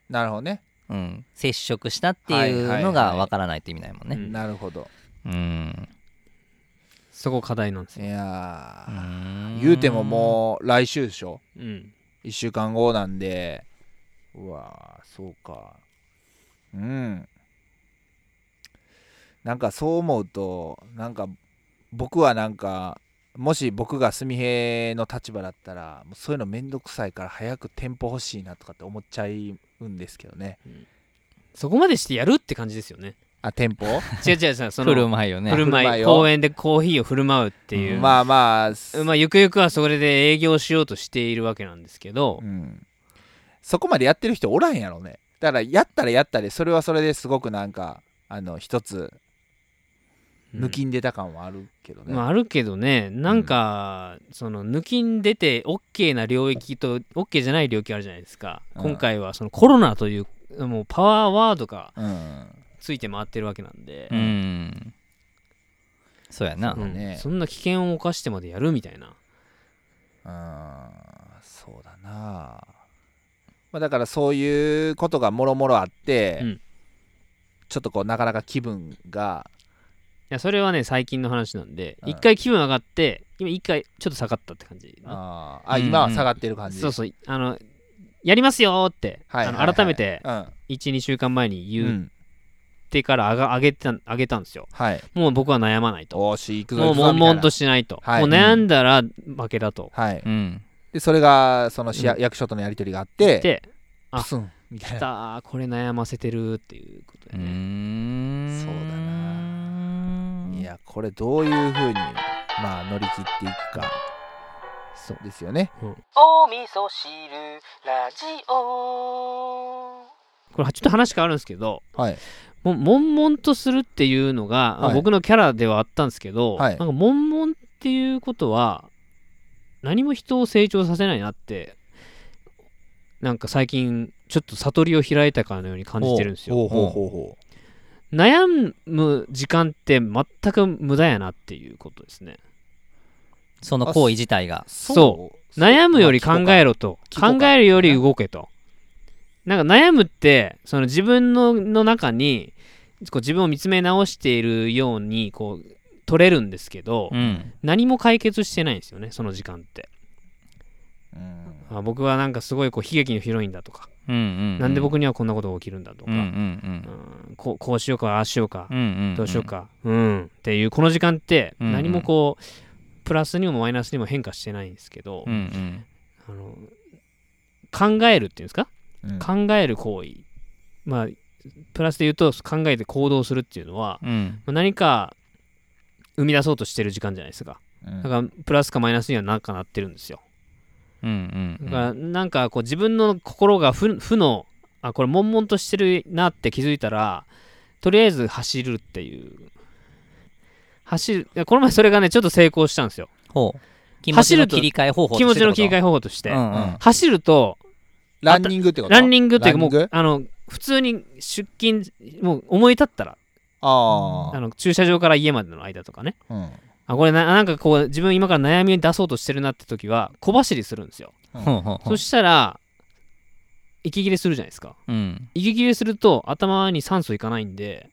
B: なるほどね
C: うん、接触したって
B: はいいは
C: う
B: い
C: の
B: は
C: が
B: い
C: わからないって意味ないもんね
A: うん
B: なるほど
C: うん
A: そこ課題なんです
B: い
A: よ、
B: や
C: う
B: ー
C: ん
B: 言うてももう来週でしょ
A: うん、
B: 1週間後なんでうわーそうかうんなんかそう思うとなんか僕はなんかもし僕が純平の立場だったらもうそういうのめんどくさいから早く店舗欲しいなとかって思っちゃうんですけどね
A: そこまでしてやるって感じですよね
B: あ店舗
A: 違う違うさその
C: 振る舞いよね
A: 振る
B: 振る
A: 舞
B: 舞
A: い
B: いを
A: 公園でコーヒーを振る舞うっていう、ま
B: まあまあす
A: あ、ゆくゆくはそれで営業しようとしているわけなんですけど
B: う、ん、そこまでやってる人おらんやろねだからやったらやったでそれはそれですごくなんかあの一つ
A: うん
B: 抜きんでた感はあるけどね、
A: まあ、あるけどねなんか、その抜きん出て OK な領域と OK じゃない領域あるじゃないですか、
B: うん
A: 今回はそのコロナというもうパワーワードが
B: うん
A: ついて回ってるわけなんで、
C: うんそうやな、
A: うん
B: ね
A: そんな危険を冒してまでやるみたいな、
B: うんそうだな、まあ、だからそういうことがもろもろあって、
A: うん
B: ちょっとこうなかなか気分が
A: いやそれはね最近の話なんで
B: うん
A: 一、回気分上がって今一回ちょっと下がったって感じ
B: あーあ
C: うん
B: 今は下がってる感じ、
A: そうそうあのやりますよーって、
B: はいはいはい
A: あの改めて
B: うん、
A: 12週間前に
B: う
A: 言っ
B: ん
A: てから上が上げた上げたんですよ
B: はい
A: もう僕は悩まないと
B: おーし行くぞ
A: も
B: 行
A: う
B: くぞ
A: 悶
B: みたいな
A: 々としないと、
B: はい
A: もう悩んだら負けだと、
B: はい
C: うん
B: でそれがその市役
A: う
B: 役所とのやり取りがあって
A: であ
B: プスンみたいな
A: さあこれ悩ませてるっていうこと
C: う
A: でね、
C: ん
B: そうだない
C: な
B: やこれどういうふうにまあ乗り切っていくか
A: そう
B: ですよね
E: お味噌汁ラジオ
A: これちょっと話変わるんですけど
B: はい
A: もう悶々とするっていうのが、まあ
B: はい
A: 僕のキャラではあったんですけど、
B: はい
A: なんか悶々っていうことは何も人を成長させないなってなんか最近ちょっと悟りを開いたかのように感じてるんですよ
B: ほうほうほうほう
A: 悩む時間って全く無駄やなっていうことですね
C: その行為自体が
A: そう悩むより考え
B: る
A: ろと
B: 聞こうか
A: 考えるより動けとなんか悩むってその自分のの中にこう自分を見つめ直しているようにこう取れるんですけど、
C: うん
A: 何も解決してないんですよねその時間って
B: うん
A: あ僕はなんかすごいこう悲劇のヒロインだとか、
C: うんうん
A: なんで僕にはこんなことが起きるんだとか、
C: うんうん
A: うんこうこうしようかああしようか
C: うんう、んうん
A: どうしようか、うん、っていうこの時間って
C: うんうん
A: 何もこう、プラスにもマイナスにも変化してないんですけど、
C: うんうん
A: あの考えるっていうんですか、
B: うん
A: 考える行為まあプラスで言うと考えて行動するっていうのは、
C: うん
A: まあ何か生み出そうとしてる時間じゃないですか
B: うん
A: だからプラスかマイナスにはなんかなってるんですよ
C: うんうんうん
A: だからなんかこう自分の心が負負のあこれ悶々としてるなって気づいたらとりあえず走るっていう走るいやこの前それがねちょっと成功したんですよ
C: ほう気持ち
A: 走
C: の
A: ると
C: 切り替え方法
A: 気持ちの切り替
C: え
A: え方法として、
C: うんうん
A: 走ると
B: ランニングってこと
A: ランニングっていうか
B: ラ
A: も
B: ンニ
A: う
B: ング
A: あの普通に出勤もう思い立ったら
B: あ
A: あの駐車場から家までの間とかね
B: あ、うん
A: あこれななんかこう自分今から悩み出そうとしてるなって時は小走りするんですよ、
C: ほうほうほう
A: そしたら息切れするじゃないですか
C: うん
A: 息切れすると頭に酸素いかないんで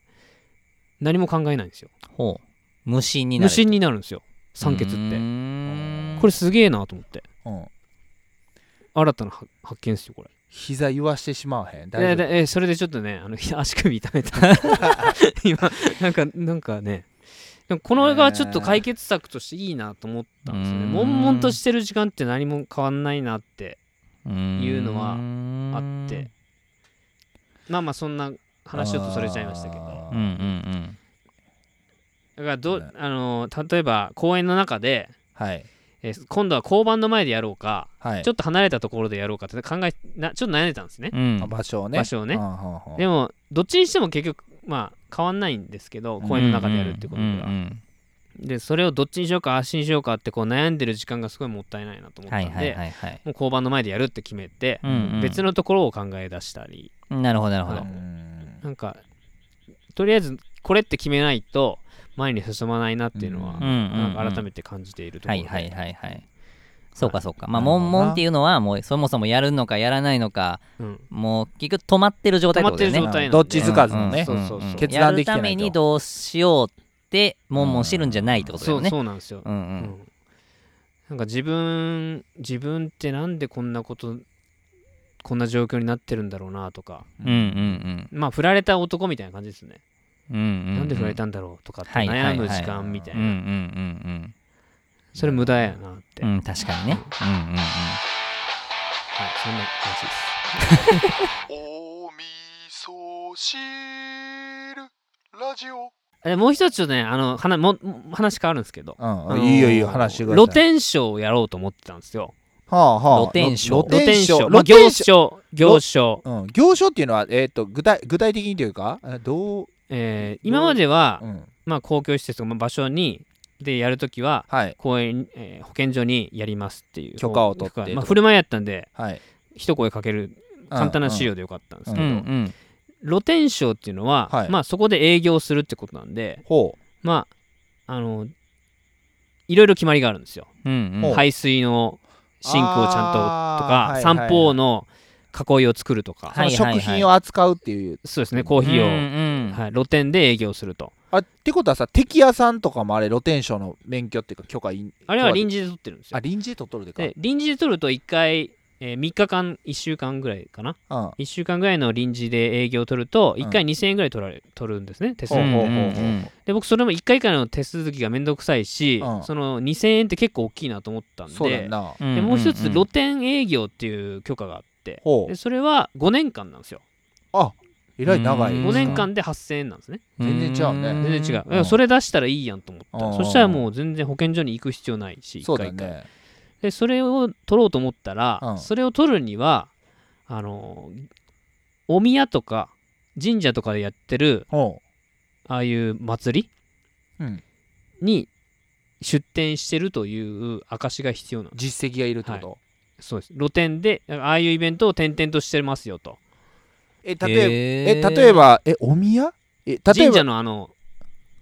A: 何も考えないんですよ
C: ほう無心にな
A: 無
C: る
A: 心になるんですよ酸欠っ
C: う
A: て
C: ーん
A: これすげえなと思って
B: うん、
A: 新たな発発見ですよこれ
B: 膝言わしてしまわへん
A: で
B: 大丈夫
A: でえそれでちょっとねあのひ 足首痛めた今なんかなんかねでもこのがちょっと解決策としていいなと思ったんですよね
C: うーん
A: 悶々としてる時間って何も変わんないなっていうのはあ
C: あ
A: ってまあまあそんな話ちょっとそれちゃいましたけど
B: あ
C: うんうん
B: ー
C: うん
A: だからど、
B: ね
A: あのー例えば公園の中で、
B: はい
A: えー今度は交番の前でやろうか、
B: はい
A: ちょっと離れたところでやろうかって考えなちょっと悩んでたんですね、
C: うん
B: 場所をね
A: 場所をね
B: うんうんうん
A: でもどっちにしても結局まあ変わんないんですけど公園の中でやるってことが、
C: うんうん
A: でそれをどっちにしようかあっちにしようかってこう悩んでる時間がすごいもったいないなと思ったん
C: は
A: で、
C: いはいはいはい
A: もう交番の前でやるって決めて、
C: うんうん
A: 別のところを考え出したり
C: なるほどなるほ
A: う
C: ど
B: ん
A: なんかとりあえずこれって決めないと前に進まないなっていうのは、
B: うん
C: うんうんうん
A: なんか改めて感じているとこ
C: は
A: ろ
C: い
A: で
C: はいはいはいそうかそうかまあ
B: なるほど
C: 悶
B: な
C: 々っていうのはもうそもそもやるのかやらないのか
A: うん
C: もう結局止まってる状態ってことだよね
A: 止まってる状態なんで
B: どっちつかずのね
A: そうそうそう
B: 決断できて
C: やるた
B: ないと
C: めにどうしようって悶々してるんじゃないってことだ
A: そ
C: よ
A: う
C: ね
A: そうなんですよ、
C: うんう
A: うんんなんか自分自分ってなんでこんなことこんな状況になってるんだろうなとか
C: うんうん
A: まあ振られた男みたいな感じですね、
C: うんうん
A: なんで振られ
C: った
A: んだろうとかって
C: はいはいはい
A: 悩む時間みたい
C: うん
A: な、
C: うんうん
A: それ無駄やなって、
C: うんうん確かにねうんうんうん
A: はいそんな感じです
F: お味噌汁ラジオ
A: えもう一つちょっとねあの話もも話変わるんですけど、
B: うん
A: あのー
B: いいよいいよ話してください
A: 露天商をやろうと思ってたんですよ
B: はあはあ
C: 露天商
B: 露天商
A: まあ、
B: 露
A: 行
B: 天商
A: 商行商
B: うん行商っていうのはえっと具体具体的にというかえどう
A: えー今までは、
B: うん
A: まあ、公共施設とかまあ場所にでやるときは
B: はい
A: 公園、えー保健所にやりますっていう
B: 許可を取って
A: 許可
B: と
A: まあ、振る舞いやったんで
B: はい
A: 一声かける簡単な資料でよかったんです
C: う
A: け
C: ん
A: ど、
C: うん
A: 露天商っていうのは、
B: はい
A: まあ、そこで営業するってことなんで
B: ほ
A: まああのいろいろ決まりがあるんですよ
C: うんうん
B: ほう
A: 排水のシンクをちゃんとと
B: あ
A: か
B: ー
A: 三方の囲いを作るとか、
B: うその
C: はいはいはい
B: 食品を扱うっていう
A: そうですねコーヒーを、
C: うんうん
A: はい、露店で営業すると
B: あってことはさ敵屋さんとかもあれ露天商の免許っていうか許可い
A: あれは臨時で取ってるんですよ
B: あ臨時で取っとるでか
A: で臨時で取ると1回、え3日間1週間ぐらいかな
B: うん
A: 1週間ぐらいの臨時で営業を取ると
B: うん
A: 1回2000円ぐらい取られ取るんですね手数
B: ほう
A: 料、
B: ほう
C: う
B: ほう
C: ん
B: ほ
C: う
B: うん
A: で僕それも1回からの手続きがめんどくさいし、
B: うん
A: その2000円って結構大きいなと思ったんで
B: そうだよな
C: うん
A: でもう一つ
C: ん
A: 露店営業っていう許可があって
B: ほう
A: でそれは5年間なんですよ
B: えらい長い
C: うん
A: 5年間で8000円なんですね
B: 全然違うね
C: ん
A: 全然違う、だか
B: う
A: ら
B: ん
A: それ出したらいいやんと思った、
B: うん
A: そしたらもう全然保健所に行く必要ないし
B: そう
A: 一
B: だ
A: 回
B: よ
A: 一回
B: ね
A: でそれを取ろうと思ったら、
B: うん
A: それを取るにはあのお宮とか神社とかでやってる
B: ほ
A: ああいう祭り、
B: うん
A: に出店してるという証が必要なの
B: う実績がいるってこと
A: そうです露店でああいうイベントを転々としてますよと
B: え例えば
C: え
B: え例えばえお宮え例え
A: 神
B: ば
A: 社のあの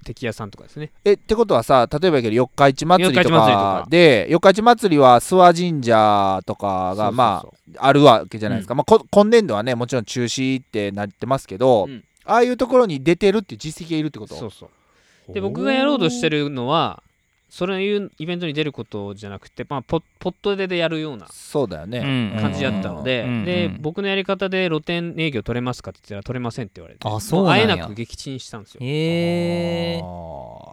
A: 敵屋さんとかですね
B: えってことはさ例えばやけど四日市祭りと
A: 四日市祭りと
B: か
A: か
B: で四日市祭りは諏訪神社とか
A: そうそうそ
B: が
A: う
B: まああるわけじゃないですか、まあ、こ今年度はねもちろん中止ってなってますけど、
A: うん
B: ああいうところに出てるっていう実績がいるってこと
A: そうそうで僕がやろうとしてるのはそういうイベントに出ることじゃなくて、まあ、ポポットででやるような
B: そうだよね、
A: 感じだったので、
C: うんうん
A: で
C: うん
A: 僕のやり方で露店営業取れますかって言ったら取れませんって言われて
C: あそうなんや
A: もあえなく撃沈したんですよ
C: へえ
B: ああ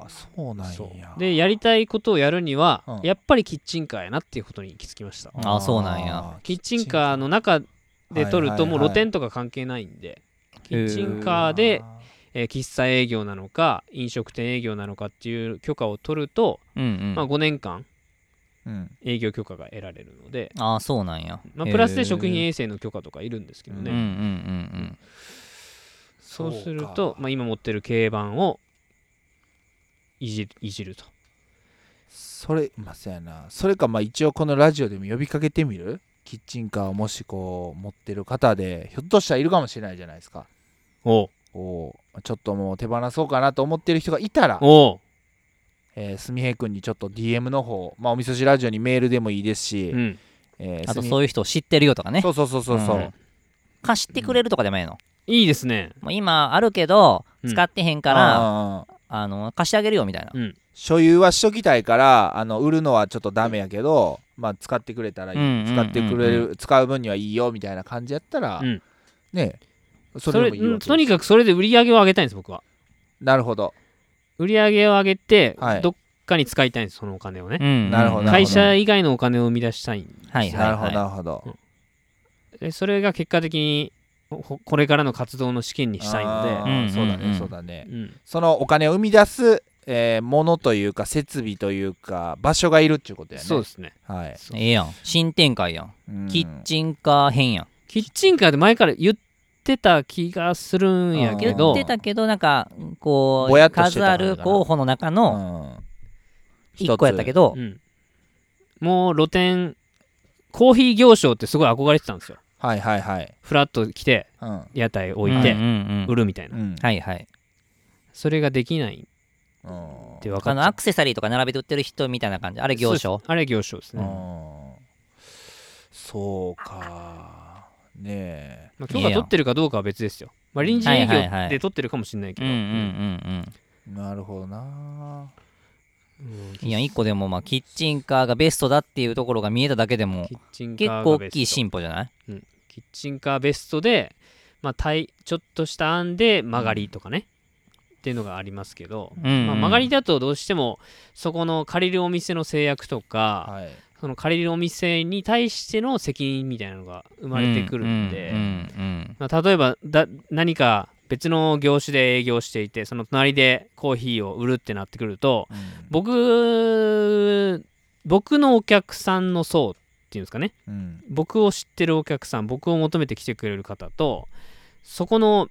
B: そうなん
A: そう
B: や
A: でやりたいことをやるには、
B: うん
A: やっぱりキッチンカーやなっていうことに行き着きました
C: あそうなんや
A: キッチンカーの中で撮るともう露店とか関係ないんで、キッチンカーで、えー喫茶営業なのか飲食店営業なのかっていう許可を取ると、
C: うんうん
A: まあ、5年間
B: うん
A: 営業許可が得られるので、
C: ああそうなんや
A: まあ、プラスで食品
C: へ
A: 衛生の許可とかいるんですけど
C: え
A: ね、
C: うんうん
A: そうすると、まあ、今持ってる軽バンをいじいじると
B: それまあそうやなそれかまあ一応このラジオでも呼びかけてみるキッチンカーをもしこう持ってる方でひょっとしたらいるかもしれないじゃないですか
A: おう
B: おーちょっともう手放そうかなと思ってる人がいたら
A: お
B: えーすみへいくんにちょっと DM の方まあおみそ汁ラジオにメールでもいいですし、
A: う、うん、
B: え
C: うん
B: ー
C: あと
B: すみ
C: そういう人を知ってるよとかね
B: そうそうそうそうそう、
C: うん貸してくれるとかでもいいの
A: いいですね
C: もう今あるけど
A: うん
C: 使ってへんから
B: うんうんうん
C: あの貸してあげるよみたいな
B: 所有はしときたいからあの売るのはちょっとダメやけど、まあ、使ってくれたらいい、
C: うんうんうんうん
B: 使ってくれる使う分にはいいよみたいな感じやったら、
A: うん
B: ねえそ
A: それ
B: れでもいい
A: うん
B: わけ
A: とにかくそれで売り上げを上げたいんです僕は
B: なるほど
A: 売り上げを上げて、
B: はい
A: どっかに使いたいんですそのお金をね、
C: うん
B: なるほど
A: 会社以外のお金を生み出したいん
C: はい
B: な
C: は
B: るほど
C: いは
B: なるほど、
A: でそれが結果的にほこれからの活動の資金にしたいの
B: あー
C: うん
B: そうだ
C: うんう
B: ね
C: ん
B: そうだね
A: で、うん、
B: そのお金を生み出す、えーものというか設備というか場所がいるっていうことやね
A: そうですね
B: はい、
C: いええやん新展開やん
B: うん
C: キッチンカー編やん
A: キッチンカーで前から言ってた気がするんやけ
C: 言
A: ど
C: ってたけどなんかこ
B: ぼやっ
C: う
B: とし
C: 数
B: てたのか
C: あ
B: な
C: る候補の中の
B: うん
C: 1個やったけど
A: うん、もう露店コーヒー行商ってすごい憧れてたんですよ
B: はいはいはい
A: フラッと来て
B: うん
A: 屋台置
C: 置
A: い
C: い
A: て
C: て
A: 売るみたいな、
B: うん
C: はいはい
A: それができない
B: うん
A: って分か
C: あ
A: っち
C: の
A: ゃ
C: ア
A: う
C: クセサリーとか並べて売ってる人みたいな感じあれ行
A: そう
C: 商
A: ですあれ行商ですね、
B: うんそうかねえ
A: まあ、許可取ってるかどうかは別ですよ。まあ、臨時営
C: はいはいは
A: 業
C: い
A: で取ってるかもしれないけ
C: う
A: ど、
C: んうんうん
B: なるほどな
C: うんいや1個でもまあキッチンカーがベストだっていうところが見えただけでも
A: キッチンカ
C: 結
A: ー
C: 構
A: がベ
C: 大
A: スト
C: きい進歩じゃない
A: キッチンカーベストで、まあ、たいちょっとした案で曲がりとかね、っていうのがありますけど、
C: うんうん
A: まあ、曲がりだとどうしてもそこの借りるお店の制約とか、
B: はい
A: その借りるお店に対しての責任みたいなのが生まれてくるんで、
C: うんうん
A: まあ、例えばだ何か別の業種で営業していてその隣でコーヒーを売るってなってくると、僕僕のお客さんの層っていうんですかね
B: うん
A: 僕を知ってるお客さん僕を求めて来てくれる方とそこの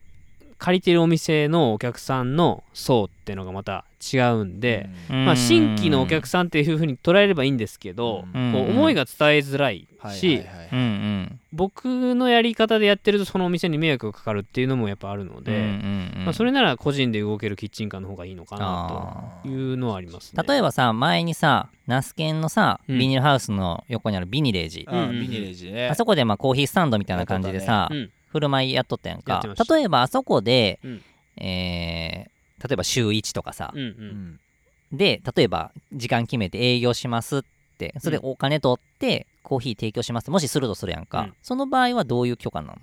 A: 借りてるお店のお客さんの層っていうのがまた違うんで、
C: うんうん
A: まあ、新規のお客さんっていうふうに捉えればいいんですけど、
B: うん
A: こう思いが伝えづらい
B: はい
A: し、
B: はいはい
C: うんうん
A: 僕のやり方でやってるとそのお店に迷惑がかかるっていうのもやっぱあるので、まあ、それなら個人で動けるキッチンカーの方がいいのかな
C: あ
A: というのはありますね。
C: ー例えばさ前にさナスケンのさ
A: うん
C: ビニールハウスの横にあるビニレージ
A: うんうん
B: うんビニレージね
C: あそこでまあコーヒースタンドみたいな感じでさ
A: うん
C: 振る舞いやっとったやん
A: やっ
C: か
A: てました
C: 例えばあそこで
A: うん
C: えー例えば週1とかさ
A: うんう
B: うんん
C: で例えば時間決めて営業しますってそれでお金取ってコーヒー提供しますってもしするとするやんか、
A: うん
C: その場合はどういう許可なの、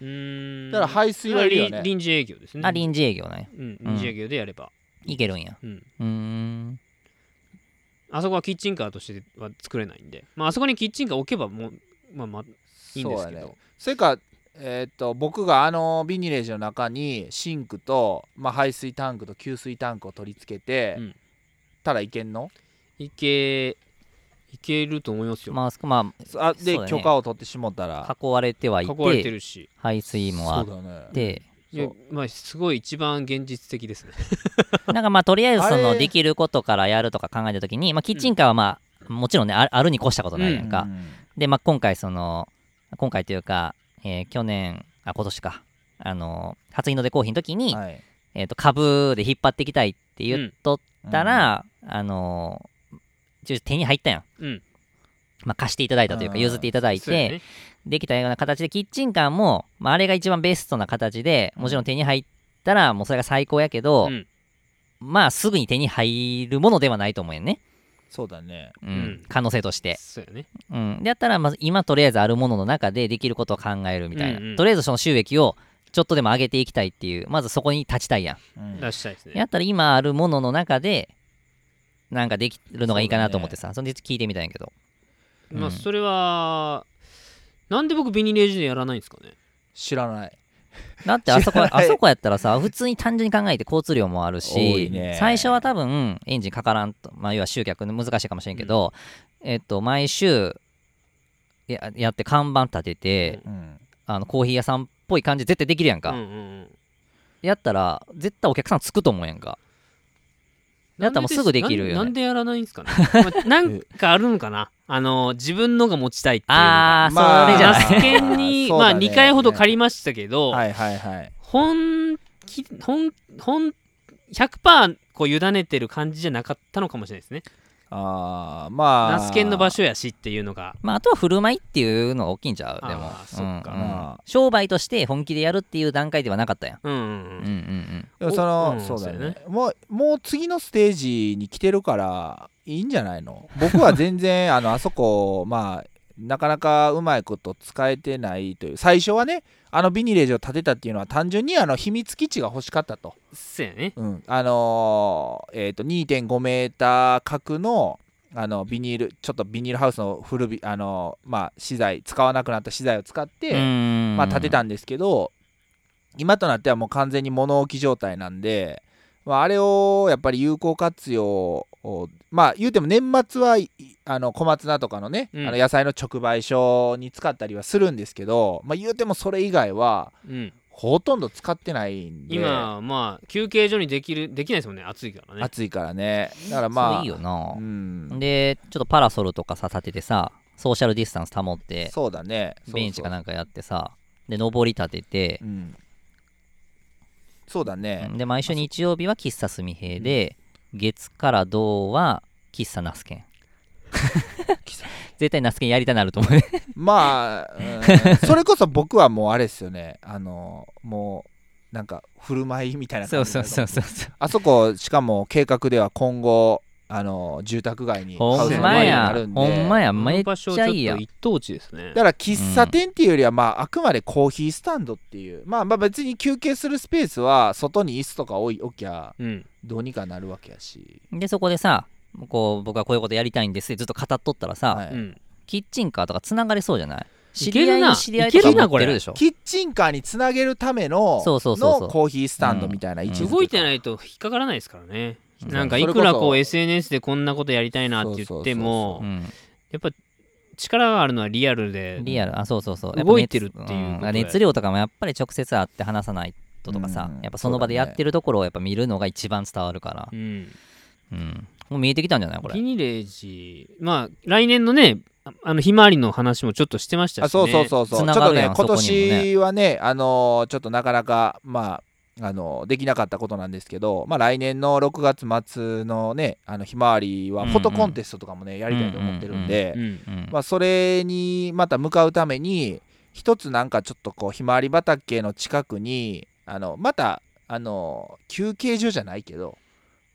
A: うーん
B: だから排水はいるよ
A: り
B: ね
A: 臨時営業ですね
C: あ臨時営業ね
A: うん
C: うん
A: 臨時営業でやれば、
C: いけるんや
A: うん
C: うーん
A: あそこはキッチンカーとしては作れないんで、まああそこにキッチンカー置けばもうまあまあいいんです
B: そう
A: け
B: や
A: ど
B: ねそれかえーっと僕があのビニレージの中にシンクとまあ排水タンクと給水タンクを取り付けて
A: うん
B: たらいけんの
A: いけいけると思いますよ、
C: まあすま
B: あ
C: そう
B: で
C: だね
B: 許可を取ってしもったら
C: あ囲われてはい
A: 囲
C: て
A: われてるし
C: 排水もあっ
B: そうだね
C: て
A: いや
B: そう
A: まあすごい一番現実的ですね
C: なんかまあとりあえずそ
B: あ
C: の
B: れ
C: できることからやるとか考えた時に、まあ、キッチンカーはまあもちろんねああるに越したことないやんか、
B: うん
C: で、まあ、今回その今回というか、えー去年あ今年かあの初日の出コーヒーの時に、
B: はい
C: えー、と株で引っ張っていきたいって言っとったら、あの一応手に入ったやん、
A: うん
C: まあ、貸していただいたというか
B: うん
C: 譲っていただい
A: そうや
C: て、
A: ね
C: できたような形でキッチンカーも、まあ、あれが一番ベストな形でもちろん手に入ったらもうそれが最高やけど、
A: うん
C: まあすぐに手に入るものではないと思うよね、
B: そうだね
C: うん
A: うん
C: 可能性として、
A: そうやね。
C: うん、であったらまず今とりあえずあるものの中でできることを考えるみたいな、
A: うんうん
C: とりあえずその収益をちょっとでも上げていきたいっていうまずそこに立ちたいやん
B: うん
A: 出したいですね。
C: やったら今あるものの中でなんかできるのがいいかなと思ってさそ,、れで聞いてみたんやけど
A: ま
C: う
A: あ
C: ん
A: それは、なんで僕ビニールエイジでやらないんですかね
B: 知らない
C: だってあそこ
B: 知らな
C: あ
B: い
C: そこやったらさ普通に単純に考えて交通量もある
B: 多
C: し、
B: いね
C: 最初は多分エンジンかからんと、まあ、要は集客難しいかもしれんけど、えっと毎週ややって看板立てて、
B: うん
C: あのコーヒー屋さんっぽい感じ絶対できるやんか、
A: うんうんうん。
C: やったら絶対お客さんつくと思うやんかやったらもうすぐできるよね
A: なんなんでやらないんですか ねまあなんかあるのかなあの自分のが持ちたいっていうのが
C: あー
B: まあ
C: それじゃな
A: マ
B: ま
C: い
B: あ
A: スケンに、
B: そう
A: ま
B: だ
A: あ
B: ね
A: 2回ほど借りましたけど、
B: はいはいはい
A: 本気本本100%こう委ねてる感じじゃなかったのかもしれないですね。
B: あーまあ
A: ナスケンの場所やしっていうのが。
C: まあ、あとは振る舞いっていうのが大きいんちゃう
A: あー
C: でも
A: そっか
C: うん
B: な
C: うん商売として本気でやるっていう段階ではなかったやん
A: うんうん
C: うん
A: う
C: うん
A: ん。
C: うん
B: でもその、
A: うん
B: そうだよ
A: そう
B: ね
A: だ
B: もうもう次のステージに来てるからいいんじゃないの僕は全然 あのあそこまあなかなかうまいこと使えてないという最初はねあのビニレージを建てたっていうのは単純にあの秘密基地が欲しかったと、
A: そうやね。
B: うん、あのーえっ、と2.5メーター角のあのビニールちょっとビニールハウスの古びあのーまあ資材使わなくなった資材を使って、
C: うん
B: まあ、建てたんですけど、今となってはもう完全に物置状態なんで、まあ、あれをやっぱり有効活用をまあ言うても年末はいあの小松菜とかのね、
A: うん
B: あの野菜の直売所に使ったりはするんですけど、まあ、言うてもそれ以外は
A: うん、
B: ほとんど使ってないんで
A: 今、まあ、休憩所にできるできないですもんね、暑いからね。
B: 暑いからねだからまあ
C: それいいよな
B: う、ん、
C: でちょっとパラソルとかさ立ててさソーシャルディスタンス保って
B: そうだね
C: ベンチか
B: な
C: なんかやってさで上り立てて
B: う、ん、そうだね、
C: で毎週日曜日は喫茶すみへいで、月から土は喫茶ナスケン絶対ナスケンやりたなると思うね
B: まあ、 うんそれこそ僕はもうあれですよねあのもうなんか振る舞いみたいな
C: そ
B: 感
C: う
B: じ
C: そうそうそうそう
B: あそこしかも計画では今後あの住宅街 に
C: ほんまやほんま
B: や
C: や
A: こ
C: め
A: の
C: っ
A: 場所
C: ちゃいいや
A: ちょっと一等地ですね
B: だ。から喫茶店っていうよりは、まああくまでコーヒースタンドっていうまあまあ別に休憩するスペースは外に椅子とか置い置きゃ
A: うん、
B: どうにかなるわけやし、
C: でそこでさこう僕はこういうことやりたいんですってずっと語っとったらさ、
B: はい
A: うん、
C: キッチンカーとかつながれそうじゃない知
A: いけ
C: り合
A: る
C: いの
A: な
C: 知り合いとか
A: いけるな
C: 持ってるでしょ
B: キッチンカーにつなげるための
C: そうそうそうそう
B: のコーヒースタンドみたいな位置づけか
A: 動いてないと引っかからないですからね。
C: うん
A: なんか
B: それ
A: い
B: こそ
A: くらこう SNS でこんなことやりたいなって言って
B: そう
A: も
C: う、ん
A: やっぱ力があるのはリアルで、
C: リアルあそうそうそう
A: 動いてるっていうこと
C: やぱ熱ん
A: で
C: 熱量とかもやっぱり直接会って話さないととかさ、
B: うん
C: やっぱその場でやってるところをやっぱ見るのが一番伝わるから
A: う、ん、
C: うんもう見えてきたんじゃないこ
A: ビ
C: れ
A: ニレージ、まあ来年のね、ああのひまわりの話もちょっとしてましたし、ね、
B: あそうそうそうそう、
C: つな
B: ちょっ
C: が
B: と
C: るや
B: ね
C: ん
B: 今
C: そこにもね
B: 年はねあのーちょっとなかなかまああのーできなかったことなんですけど、まあ、来年の6月末のねあのひまわり
C: う
B: は
C: んうん
B: フォトコンテストとかもね、やりたいと思ってるんで、
A: うん、
C: うん
B: まあ、それにまた向かうために一つなんかちょっとこうひまわり畑の近くにあのまたあのー休憩所じゃないけど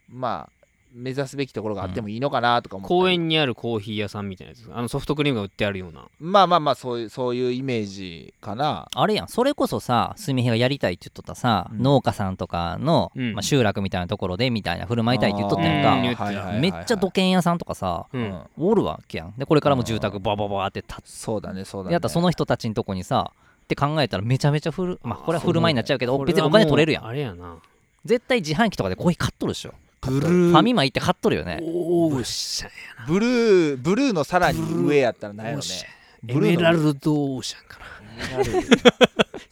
B: まあ目指すべきところがあってもいいのかなとか思って、
A: 公園にあるコーヒー屋さんみたいなやつ、あのソフトクリームが売ってあるような。
B: まあまあまあそういうそういうイメージかな
C: あれやんそれこそさすみへがやりたいって言っとったさ、
B: うん
C: 農家さんとかの、
A: うん
C: まあ、集落みたいなところでみたいな振る舞いたいって言っとったやん
A: あ
C: か、
A: ー言ってた
B: はいはいはいはい
C: めっちゃ土建屋さんとかさ
A: う
B: うん
A: ん、
C: おるわけやんでこれからも住宅バババーって建っ
B: そうだねそうだね
C: やったらその人たちのとこにさって考えたらめちゃめちゃ振るまあこれは振る舞いになっちゃうけど
A: これ
C: 別に
A: は
C: お
A: もう
C: 金取れるやん
A: あれやな。
C: 絶対自販機とかでコーヒー買っとるでしょ
A: ブル
C: ファミマ行って買っとるよね
A: おーしゃ
B: ブルーブルーのさらに上やったらなんやろね
A: エメラ
B: の
A: ルドオーシャンかな。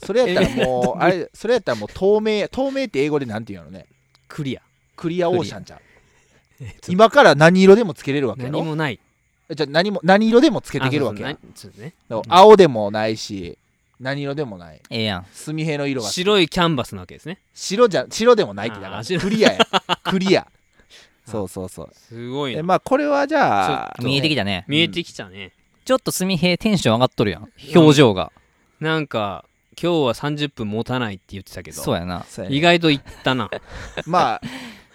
B: それやったらもうあれそれやったらもう透明透明って英語でなんて言うのね
A: クリア。
B: クリアオーシャンじゃん今から何色でもつけれるわけや
A: 何
B: ろ
A: もない。
B: じゃあ何も何色でもつけていけるわけ
A: あ
B: や
A: そうそうなそうね
B: だから青でもないし何色でもない
C: ええやん
B: 墨平の色が
A: 白いキャンバスなわけですね。
B: 白じゃ白でもないってだか
A: あ
B: ら
A: ー白
B: クリアやクリアそうそうそう
A: すごい
B: え
A: な。
B: まあこれはじゃあ
A: ちょっと
C: 見えてき
B: た
C: たね
A: 見えてきたね。
C: ちょっとすみへテンション上がっとるやん表情が
A: なんか、今日は30分持たないって言ってたけど、
C: そうやな
A: 意外といったな。
B: まあ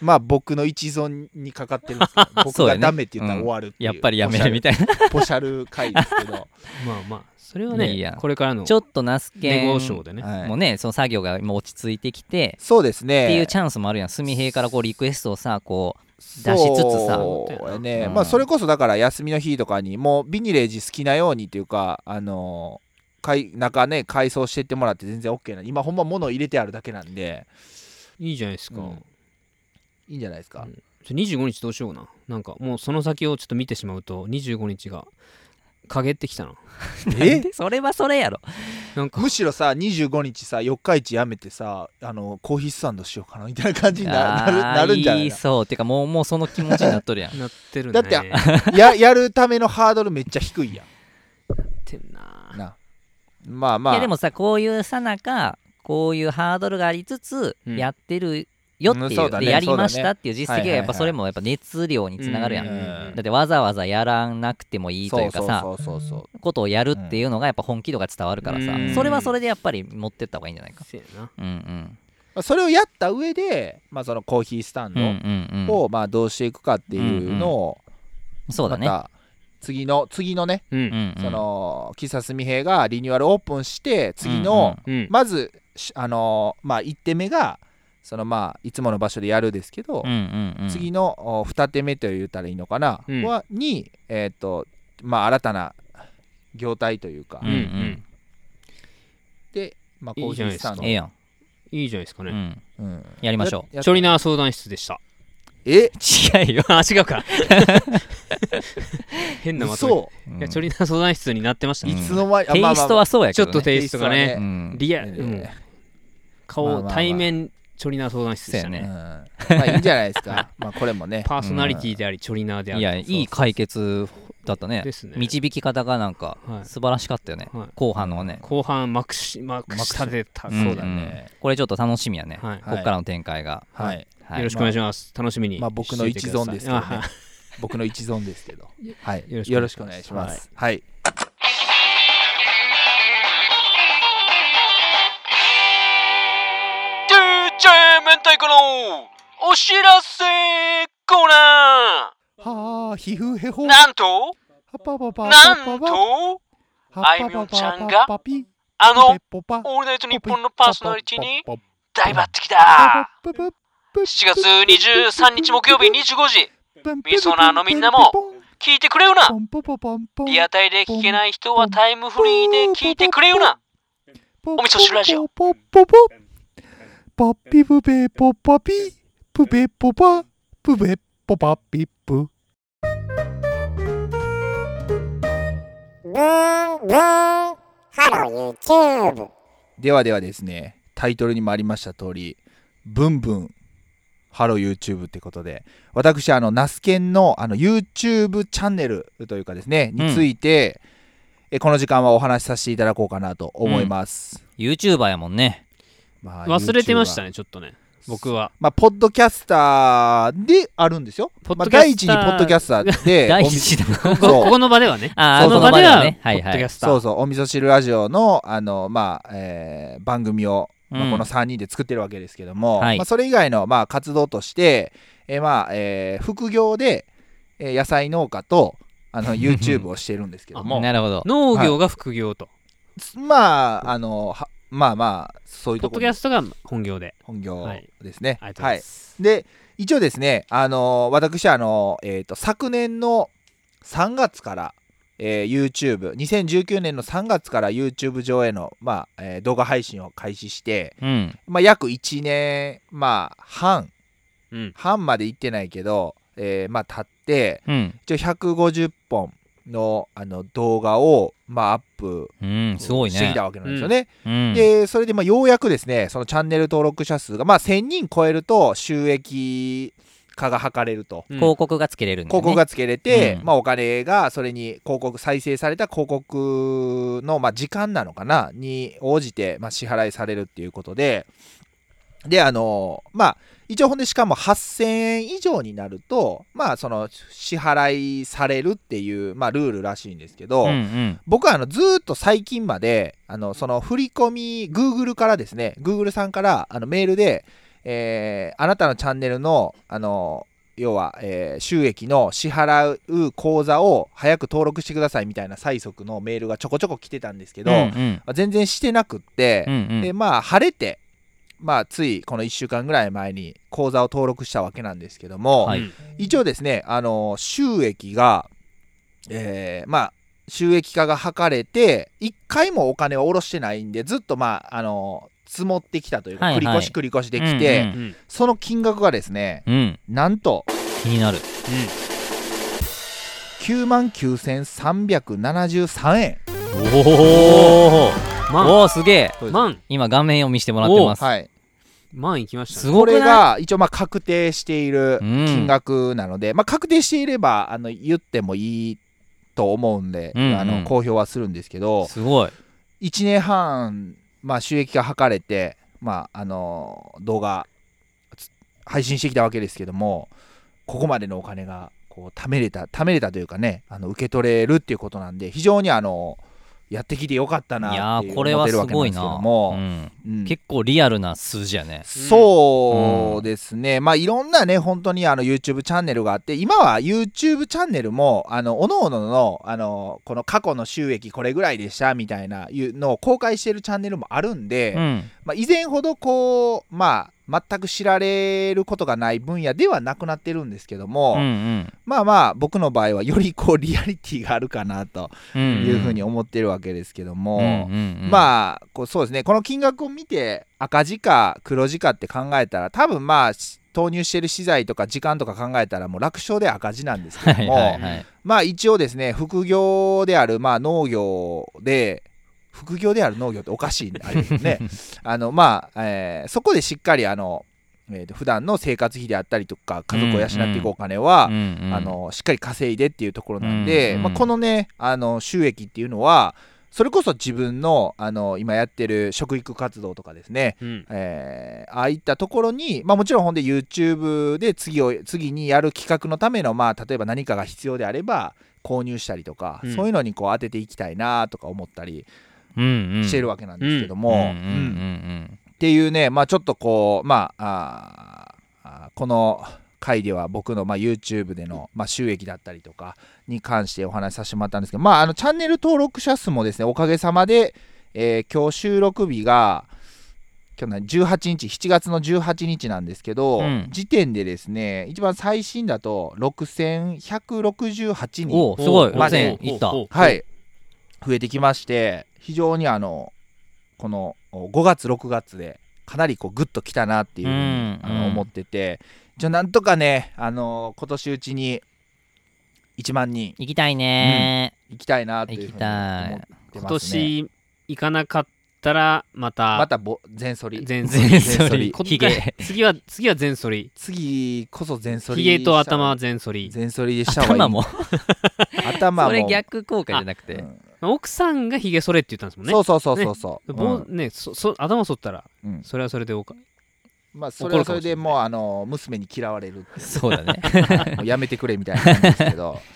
B: まあ僕の一存にかかってるんですけど僕
C: そうや
B: が
C: ね
B: ダメって言ったら終わるっていう
C: やっぱりやめるみたいな。
B: ポシャル回ですけど
A: まあまあそれはい
C: やいや
A: ねこれからの
C: ちょっとナスケ
A: ネ
C: ン
A: ゴショーでね
B: はい
C: もうね、その作業が今落ち着いてきて、
B: そうですね
C: っていうチャンスもあるやん。すみへいからこうリクエストをさ、こ
B: そう
C: 出しつつさ
B: やね、
C: うん
B: まあそれこそだから休みの日とかにもうビニレージ好きなようにっていうかあのかい中ね改装してってもらって全然 OK な今ほんま物を入れてあるだけなんで
A: いいじゃないですか、
B: うんいいんじゃないですか、
A: うんちょ25日どうしようかななんかもうその先をちょっと見てしまうと25日が陰ってきたな
C: う、なんで それはそれやろ。
A: なんか。
B: むしろさ25日さ四日市やめてさあのコーヒースタンドしようかなみたいな感じにななる
C: あー
B: なるんじゃないの
C: そう。てかもう、もうその気持ちになっとるやん
A: なってるね
B: だってややるためのハードルめっちゃ低いや
A: ってんなん
B: なまあまあ
C: いやでもさ、こういうさなか、こういうハードルがありつつ、
A: うん
C: やってるよって
B: うん
C: い
B: そう
C: う、
B: だね
C: でやりまし
B: そうだ
C: た
B: ね
C: っていう実績
B: はい
C: が
B: はいはい
C: やっぱそれもやっぱ熱量につながるやん。
B: う
C: だ
B: ん
C: ってわざわざやらなくてもいいというかさ、
B: そうそうそうそう
C: ことをやるっていうのがやっぱ本気度が伝わるからさ、
A: うん
C: それはそれでやっぱり持ってった方がいいんじゃないか。
A: せやな
C: うんうん。
B: まあそれをやった上で、まあ、そのコーヒースタン
C: うん
B: ド
C: うんうん、
B: をまあどうしていくかっていうのを
C: そうだ
B: ま
C: ね。
B: た次の次のね
A: うん
C: うんうん
B: その喫茶すみへいがリニューアルオープンして次
C: うんう
B: の
C: ん
A: うん
B: まずしあのーまあ1手目がそのまあいつもの場所でやるですけど
C: うんうんうん、
B: 次の2手目と言ったらいいのかな
A: うん
B: はにえっとまあ新たな業態というか
C: うんうん
B: でまあコーヒースタンド
C: ええやん、
A: いいじゃないですか
C: う
A: ね、
C: ん、
B: うん
C: やりましょ
B: やっ
A: チョリナー相談室でした
C: う
B: え
C: 違うよ、
A: あ違うか 変なまとめ
B: そう
A: い
C: ん
A: やチョリナー相談室になってました
B: い
A: ね、
B: つの間にあ
C: テイ
B: まあまあまあ
C: ストはそうや
A: ち
C: け
A: ょ
C: ど、
A: っ
C: ね、
A: とテイストがね
B: テイストはね
C: うん、
A: リア、
B: ええ
A: うん顔、
B: まあまあまあ
A: 対面チョリナー相談室でした
C: そうや
A: ね
C: ね
B: うんまあいいんじゃないです か。まあこれもね。
A: パーソナリティでありチョリナーであ
C: い
A: り
C: や、いい解決だったね。
A: ですね
C: 導き方がなんか
A: はい
C: 素晴らしかったよね。
A: はい
C: 後半のね。
A: 後半幕し幕下でた、
C: ん
A: そうだね、
B: ね
C: うんこれちょっと楽しみやね。
A: はい
C: こっからの展開が。
B: はい。
C: は
A: よろしくお願いします、楽しみに
B: まあ僕の一存ですけど
A: あ
B: ね
A: はい
B: 僕の一存ですけど。はい。
A: よろしくお願いしま
B: よろしくお願いしま
A: す
B: す。はい。
F: DJ 明太子のお知らせコーナ
B: はあ、ひふへほ
F: ーなんと
B: パパパ
F: なんとあいみょんちゃんがあの「オールナイトニッポン」のパーソナリティに大抜擢だ
B: 7
F: 7月23日木曜日25時リスナーのみんなも聞いてくれよなリアタイで聞けない人はタイムフリーで聞いてくれよな
B: お
F: 味噌汁ラジオ
B: ポポポポポッピプペポッパピプペポパプペポパピプではではですねタイトルにもありました通り「ブンブンハロー YouTube」ってことで私あのナスケンのあの YouTube チャンネルというかですねについて、えこの時間はお話しさせていただこうかなと思います、
C: YouTuber やもんね。
B: まあ
A: 忘れてまし
B: YouTuber
A: たねちょっとね僕は
B: まあ、ポッドキャスターであるんですよ。
A: ポッド
B: まあ、
A: キャスター
B: 第一にポッドキャスター で、
C: 第
B: おみ
C: 一弾。
A: こ
B: そう
A: ここの場ではね
C: あー
A: この
C: あの場では
A: 場
C: ねはいはい
A: ポッドキャスター
B: そうそう、お味噌汁ラジオの、あの、まあ、えー番組を、まあ
C: うん
B: この3人で作ってるわけですけども、
C: はい
B: まあ、それ以外の、まあ、活動として、えーまあ、えー副業で、えー野菜農家と、あ の、YouTube をしてるんですけども、
C: なるほど。
A: 農業が副業と、
B: まあ、あの、はまあまあ、そういうと
A: ポッ
B: ころ
A: ドキャ
B: に
A: ストが本業で
B: 本業
A: はい
B: ですね。
A: ありがとう
B: は
A: ござい
B: い
A: ま。す、
B: で一応ですね、あのー私はあのーえーと昨年の3月から、えー YouTube 2019年の3月から YouTube 上への、まあえー動画配信を開始して、
C: うん。
B: まあ、約1年、まあ、半
A: うん
B: 半まで行ってないけど、えーまあ経って
C: うん。
B: 一応150本のあの動画を、まあ、アップ
C: うん。すごい
B: してき
C: ね。
B: たわけなんですよね。
C: うん。
B: でそれでまあようやくですねそのチャンネル登録者数が、まあ、1000人超えると収益化が図れると。
A: うん
C: 広告がつけれるんだよ
B: 広
C: ね。
B: 告がつけれて、
C: うん
B: まあ、お金がそれに広告再生された広告の、まあ、時間なのかなに応じて、まあ、支払いされるっていうことでであのまあ一応ほんでしかも8000円以上になるとまあその支払いされるっていう、まあ、ルールらしいんですけど、
C: うんうん。
B: 僕はあのずーっと最近まであのその振り込み Google からですね Google さんからあのメールで、えーあなたのチャンネルの、あの要は、えー収益の支払う口座を早く登録してくださいみたいな催促のメールがちょこちょこ来てたんですけど、
C: うん
B: まあ全然してなくって、
C: うんうん
B: でまあ晴れて、まあ、ついこの1週間ぐらい前に口座を登録したわけなんですけども、
C: はい
A: うん
B: 一応ですね、あの収益が、えーまあ収益化が図れて1回もお金を下ろしてないんでずっとまああの積もってきたというか、
C: はいはい
B: 繰り越し繰り越しできて、
C: うん
A: うん
B: その金額がですね
C: うんうん
B: なんと
C: 気になる
B: 9万9373円
C: お
A: 万
C: おおすげえ
A: 万
C: 今画面を見せてもらってます
B: はい
A: 万いきました
C: す
A: ね
C: ご
B: こ
C: く
B: れ
C: ない
B: が一応まあ確定している
C: うん
B: 金額なので、まあ、確定していればあの言ってもいいと思うんで、
C: うんうん
B: あの公表はするんですけど、
C: すごい
B: 1年半、まあ、収益が図れて、まああの動画つ配信してきたわけですけどもここまでのお金がこう貯めれた貯めれたというかねあの受け取れるっていうことなんで非常にあのやってきてよかった
C: い
B: な
C: や
B: ってい
C: ー
B: う
C: これはす
B: 思ってるわ
C: ご
B: け
C: い
B: なんですけ
C: な
B: ども、
C: うん
B: うん
C: 結構リアルな数字やね
B: そうですね、まあいろんなね本当にあの YouTube チャンネルがあって今は YouTube チャンネルもあの各々のあのこの過去の収益これぐらいでしたみたいないうのを公開してるチャンネルもあるんで、
C: うん
B: まあ、以前ほどこうまあ全く知られることがない分野ではなくなってるんですけども、
C: うんうん
B: まあまあ僕の場合はよりこうリアリティがあるかなと
C: う
B: い
C: ん
B: うふうに思ってるわけですけども、
C: あ
B: まあこうそうですねこの金額を見て赤字か黒字かって考えたら多分まあし投入してる資材とか時間とか考えたらもう楽勝で赤字なんですけ
C: は
B: ど
C: い
B: も
C: はいはい
B: まあ一応ですね副業であるまあ農業で副業である農業っておかしいねあれです ねあのまあ、えーそこでしっかりあの、えーと普段の生活費であったりとか家族を養っていくお金は、
C: うんうん
B: あのしっかり稼いでっていうところなんで、
C: うんうん
B: まあ、このねあの収益っていうのはそれこそ自分のあの今やってる食育活動とかですね、
A: うん
B: えーああいったところに、まあ、もちろんほんで YouTube で次を次にやる企画のための、まあ、例えば何かが必要であれば購入したりとか、
A: うん
B: そういうのにこう当てていきたいなとか思ったり
C: うんうん
B: してるわけなんですけど
C: うんうんう
B: も。うん
C: ん
B: っていうね、まあ、ちょっとこう、まあ、あーあーこの回では僕の、まあ、YouTube での、まあ、収益だったりとかに関してお話しさせてもらったんですけど、まあ、あのチャンネル登録者数もですねおかげさまで、えー今日収録日が今日何18日7月の18日なんですけど、
C: うん
B: 時点でですね一番最新だと6168
C: うん
B: 人
C: おおすごい
B: まあ
C: 6000
B: ね
C: いった
A: おおお
B: はい、増えてきまして非常にあのこのお5月6月でかなりこうグッときたなっていうふうに
C: うん
B: あの
C: うん
B: 思っててじゃあなんとかねあの今年うちに1万人
C: 行きたいね
B: 行きたいなというふうに
C: 行きたい
B: 思って
A: 今
B: ますね
A: 年行かなかったらまた
B: またぼ全ソリ
A: 全剃り
C: 全
B: 剃
C: 剃
B: り
C: り
A: 今
C: ひ
A: 回
C: げ
A: 次は次は全剃り
B: 次こそ全ソリ
A: ひげと頭は全剃り
B: 全ソリでした方がいい
C: 頭も
B: 頭も
C: それ逆効果じゃなく
B: う
C: て
B: ん
A: 奥さんがひげ剃れって言ったんですもんね
B: そうそうそうそうそう
A: ぼ
B: うん
A: ねそそ頭剃ったら
B: うん
A: それはそれでおか
B: まあそれはそれでもう
A: 怒
B: あの娘に嫌われる
C: そうだ ね。
B: もうやめてくれみたいな感じですけど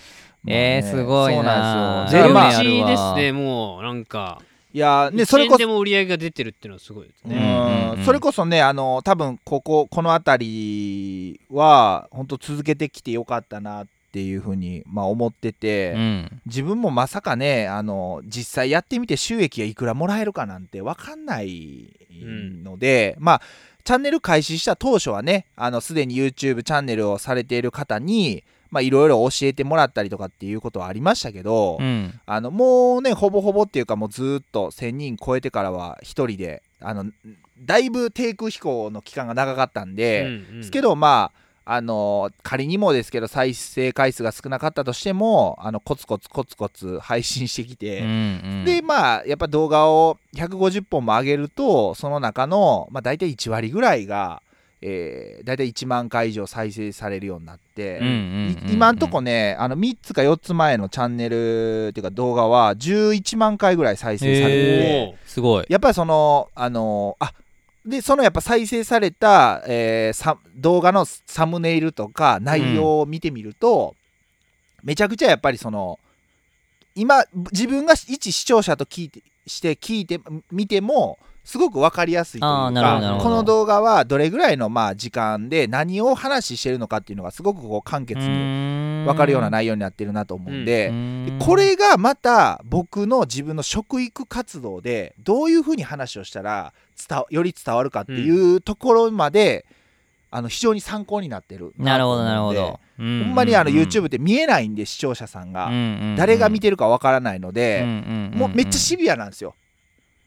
C: えー
B: まあね
C: すごいなー
B: そう
A: ゼ
B: な
A: ロ
B: んですよ。
C: まあ
A: 一ですねもうなんか
B: いやーねそ
A: 1
B: れ
A: 円
B: こ
A: で
B: そ。
A: も売り上げが出てるっていうのはすごいです
B: う
A: ね
C: うんうんうん
B: んそれこそねあの多分こここの辺りは本当続けてきてよかったなっていうふうに、まあ、思ってて、
C: うん
B: 自分もまさかねあの実際やってみて収益がいくらもらえるかなんて分かんないので、まあチャンネル開始した当初はねあのすでに YouTube チャンネルをされている方にまあいろいろ教えてもらったりとかっていうことはありましたけど、
C: うん
B: あのもうねほぼほぼっていうかもうずーっと1,000人超えてからは1人であのだいぶ低空飛行の期間が長かったんで。ですけ
A: ど
B: どまああの仮にもですけど再生回数が少なかったとしてもあのコツコツコツコツ配信してき
C: う
B: て、
C: んうん
B: でまあやっぱ動画を150本も上げるとその中の、まあ、大体1割ぐらいが、えー、大体1万回以上再生されるようになって。
C: うんうんうん
B: い今んとこねあの3つか4つ前のチャンネルっていうか動画は11万回ぐらい再生されてて、
C: へーすごい
B: やっぱりそのあのあでそのやっぱ再生された、えーさ動画のサムネイルとか内容を見てみると、めちゃくちゃやっぱりその今自分が一視聴者と聞いてして聞いてみてもすごく分かりやすいという
C: あーなるほどなる
B: か
C: ほど
B: この動画はどれぐらいのまあ時間で何を話してるのかっていうのがすごくこう簡潔に分
C: わ
B: かるような
C: な
B: 内容になってるなと思うんで,、
C: で
B: これがまた僕の自分の食育活動でどういうふうに話をしたら伝わより伝わるかっていうところまで、あの非常に参考になってる
C: なるほどなる
B: と思
C: ほ
B: うんで
C: どほ
B: ほんまにあの YouTube って見えないんで視聴者さんが、誰が見てるかわからないので、もうめっちゃシビアなんですよ。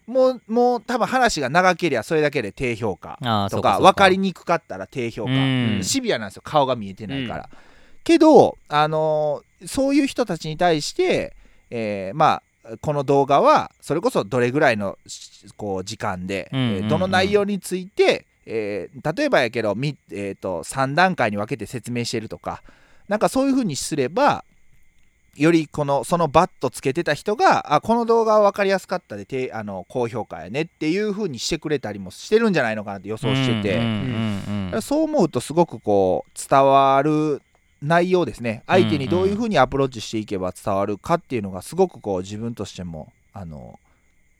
B: もうもう多分話が長ければそれだけで低評価
C: ゃ
B: とか分かりにくかったら低評価
C: うん
B: シビアなんですよ顔が見えてないから。けど、あのーそういう人たちに対して、えーまあこの動画はそれこそどれぐらいのしこう時間で、
C: うんうんうん
B: えーどの内容について、えー例えばやけど、みえー、と3段階に分けて説明してるとかなんかそういうふうにすればよりこのそのバットつけてた人があこの動画は分かりやすかったでてあの高評価やねっていうふうにしてくれたりもしてるんじゃないのかなって予想してて。そう思うとすごくこう伝わる内容ですね相手にどういうふうにアプローチしていけば伝わるかっていうのがすごくこう自分としてもあの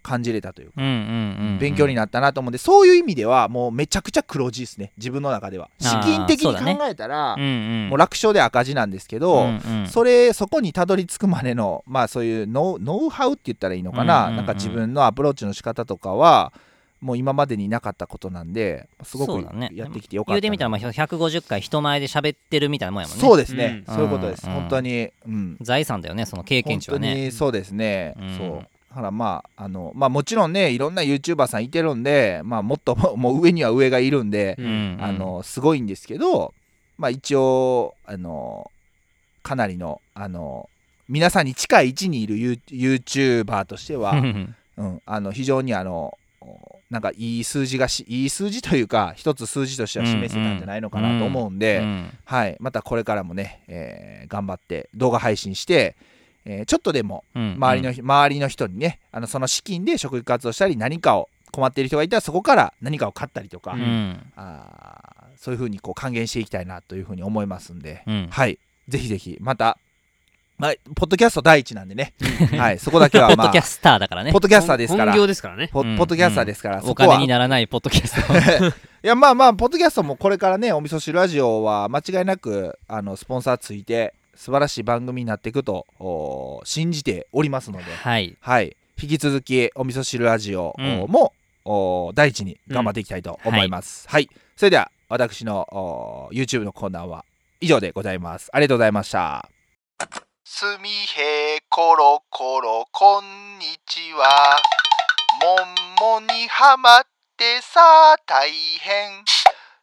B: 感じれたというか勉強に
C: な
B: なったなと思うんでそういう意味ではもうめちゃくちゃ黒字ですね自分の中では
C: あ
B: 資
C: ー
B: 金的
C: そうだ
B: に
C: ね
B: 考えたら
C: る
B: もう楽勝で赤字なんですけど、それそこにたどり着くまでのまあそういうノウノウハウって言ったらいいのか
C: うんう
B: な、
C: んうん
B: なんか自分のアプローチの仕方とかはもう今までになかったことなんですご
C: そ
B: く
C: うだね
B: やってきてよかったな
C: 言うてみたらまあ150回人前で喋ってるみたいなもんやもんね
B: そうですね、
C: うん
B: そういうことです、
C: うん
B: 本当に、うん、
C: 財産だよねその経験
B: 本
C: 値
B: 当
C: はね
B: にそうですね、
C: うん
B: そうだからまああのまあもちろんねいろんな YouTuber さんいてるんでまあもっとももう上には上がいるんで、
C: うん
B: あのすごいんですけどまあ一応あのかなりのあの皆さんに近い位置にいるユー YouTuber として は、うん、あの非常にあのおなんかいい数字がしいい数字というか一つ数字としては示せたんじゃないのかなと思うんで、
C: うん
B: はい、またこれからもね、えー頑張って動画配信して、えーちょっとでも
C: うん
B: 周りの,、周りの人にねあのその資金で食育活動したり何かを困っている人がいたらそこから何かを買ったりとか、
C: う
B: あ
C: ん
B: あーそういうふうにこう還元していきたいなというふうに思いますんで、
C: うん
B: はいぜひぜひまた、まあ、ポッドキャスト第一なんでね、はい、そこだけは、
C: ポッ
B: まあ、
C: ドキャスターだからね
B: ポッドキャスターですから
A: 本業ですからね。
B: ポ
C: うん
B: ポッドキャスターですから、
C: お
B: そこ
C: 金
B: は
C: にならないポッドキャスト
B: いやまあまあポッドキャストもこれからねお味噌汁ラジオは間違いなくあのスポンサーついて素晴らしい番組になっていくとおー信じておりますので、
C: はい
B: はい、引き続きお味噌汁ラジオおー
C: うん
B: も、おー第一に頑張っていきたいと思います、はい、それでは私のおー YouTube のコーナーは以上でございますありがとうございましたすみへコロコロこんにちはもんもにはまってさ大変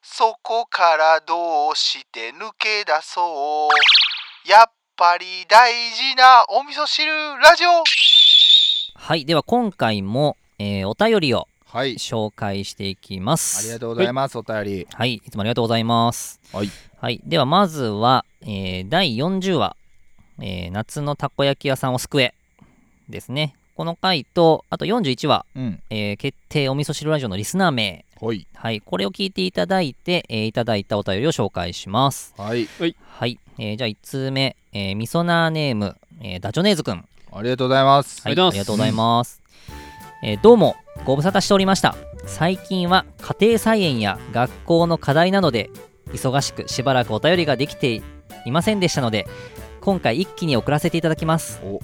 B: そこからどうして抜け出そうやっぱり大事なお味噌汁ラジオ
C: はいでは今回もえーお便りを
B: はい
C: 紹介していきます
B: ありがとうございます、お便り
C: はい、いつもありがとうございます。
B: はい。
C: では、まずは、えー第40話、えー夏のたこ焼き屋さんを救えですね。この回と、あと41話、
B: うん
C: えー決定お味噌汁ラジオのリスナー名。
B: はい
C: はい、これを聞いていただいて、えーいただいたお便りを紹介します。
B: はい
C: はい、えーじゃあ1通目、えー、みそなーネーム、えーダチョネーズくん。
B: ありがとうございます
C: は
A: あ
C: い、
A: りが
C: あ
A: と
C: り
A: う
C: がと
A: ご
C: うご
A: ざ
C: ざ
A: い
C: います。えーどうも、ご無沙汰しておりました。最近は家庭菜園や学校の課題などで、忙しくしばらくお便りができていませんでしたので、今回一気に送らせていただきます。
B: お
C: こ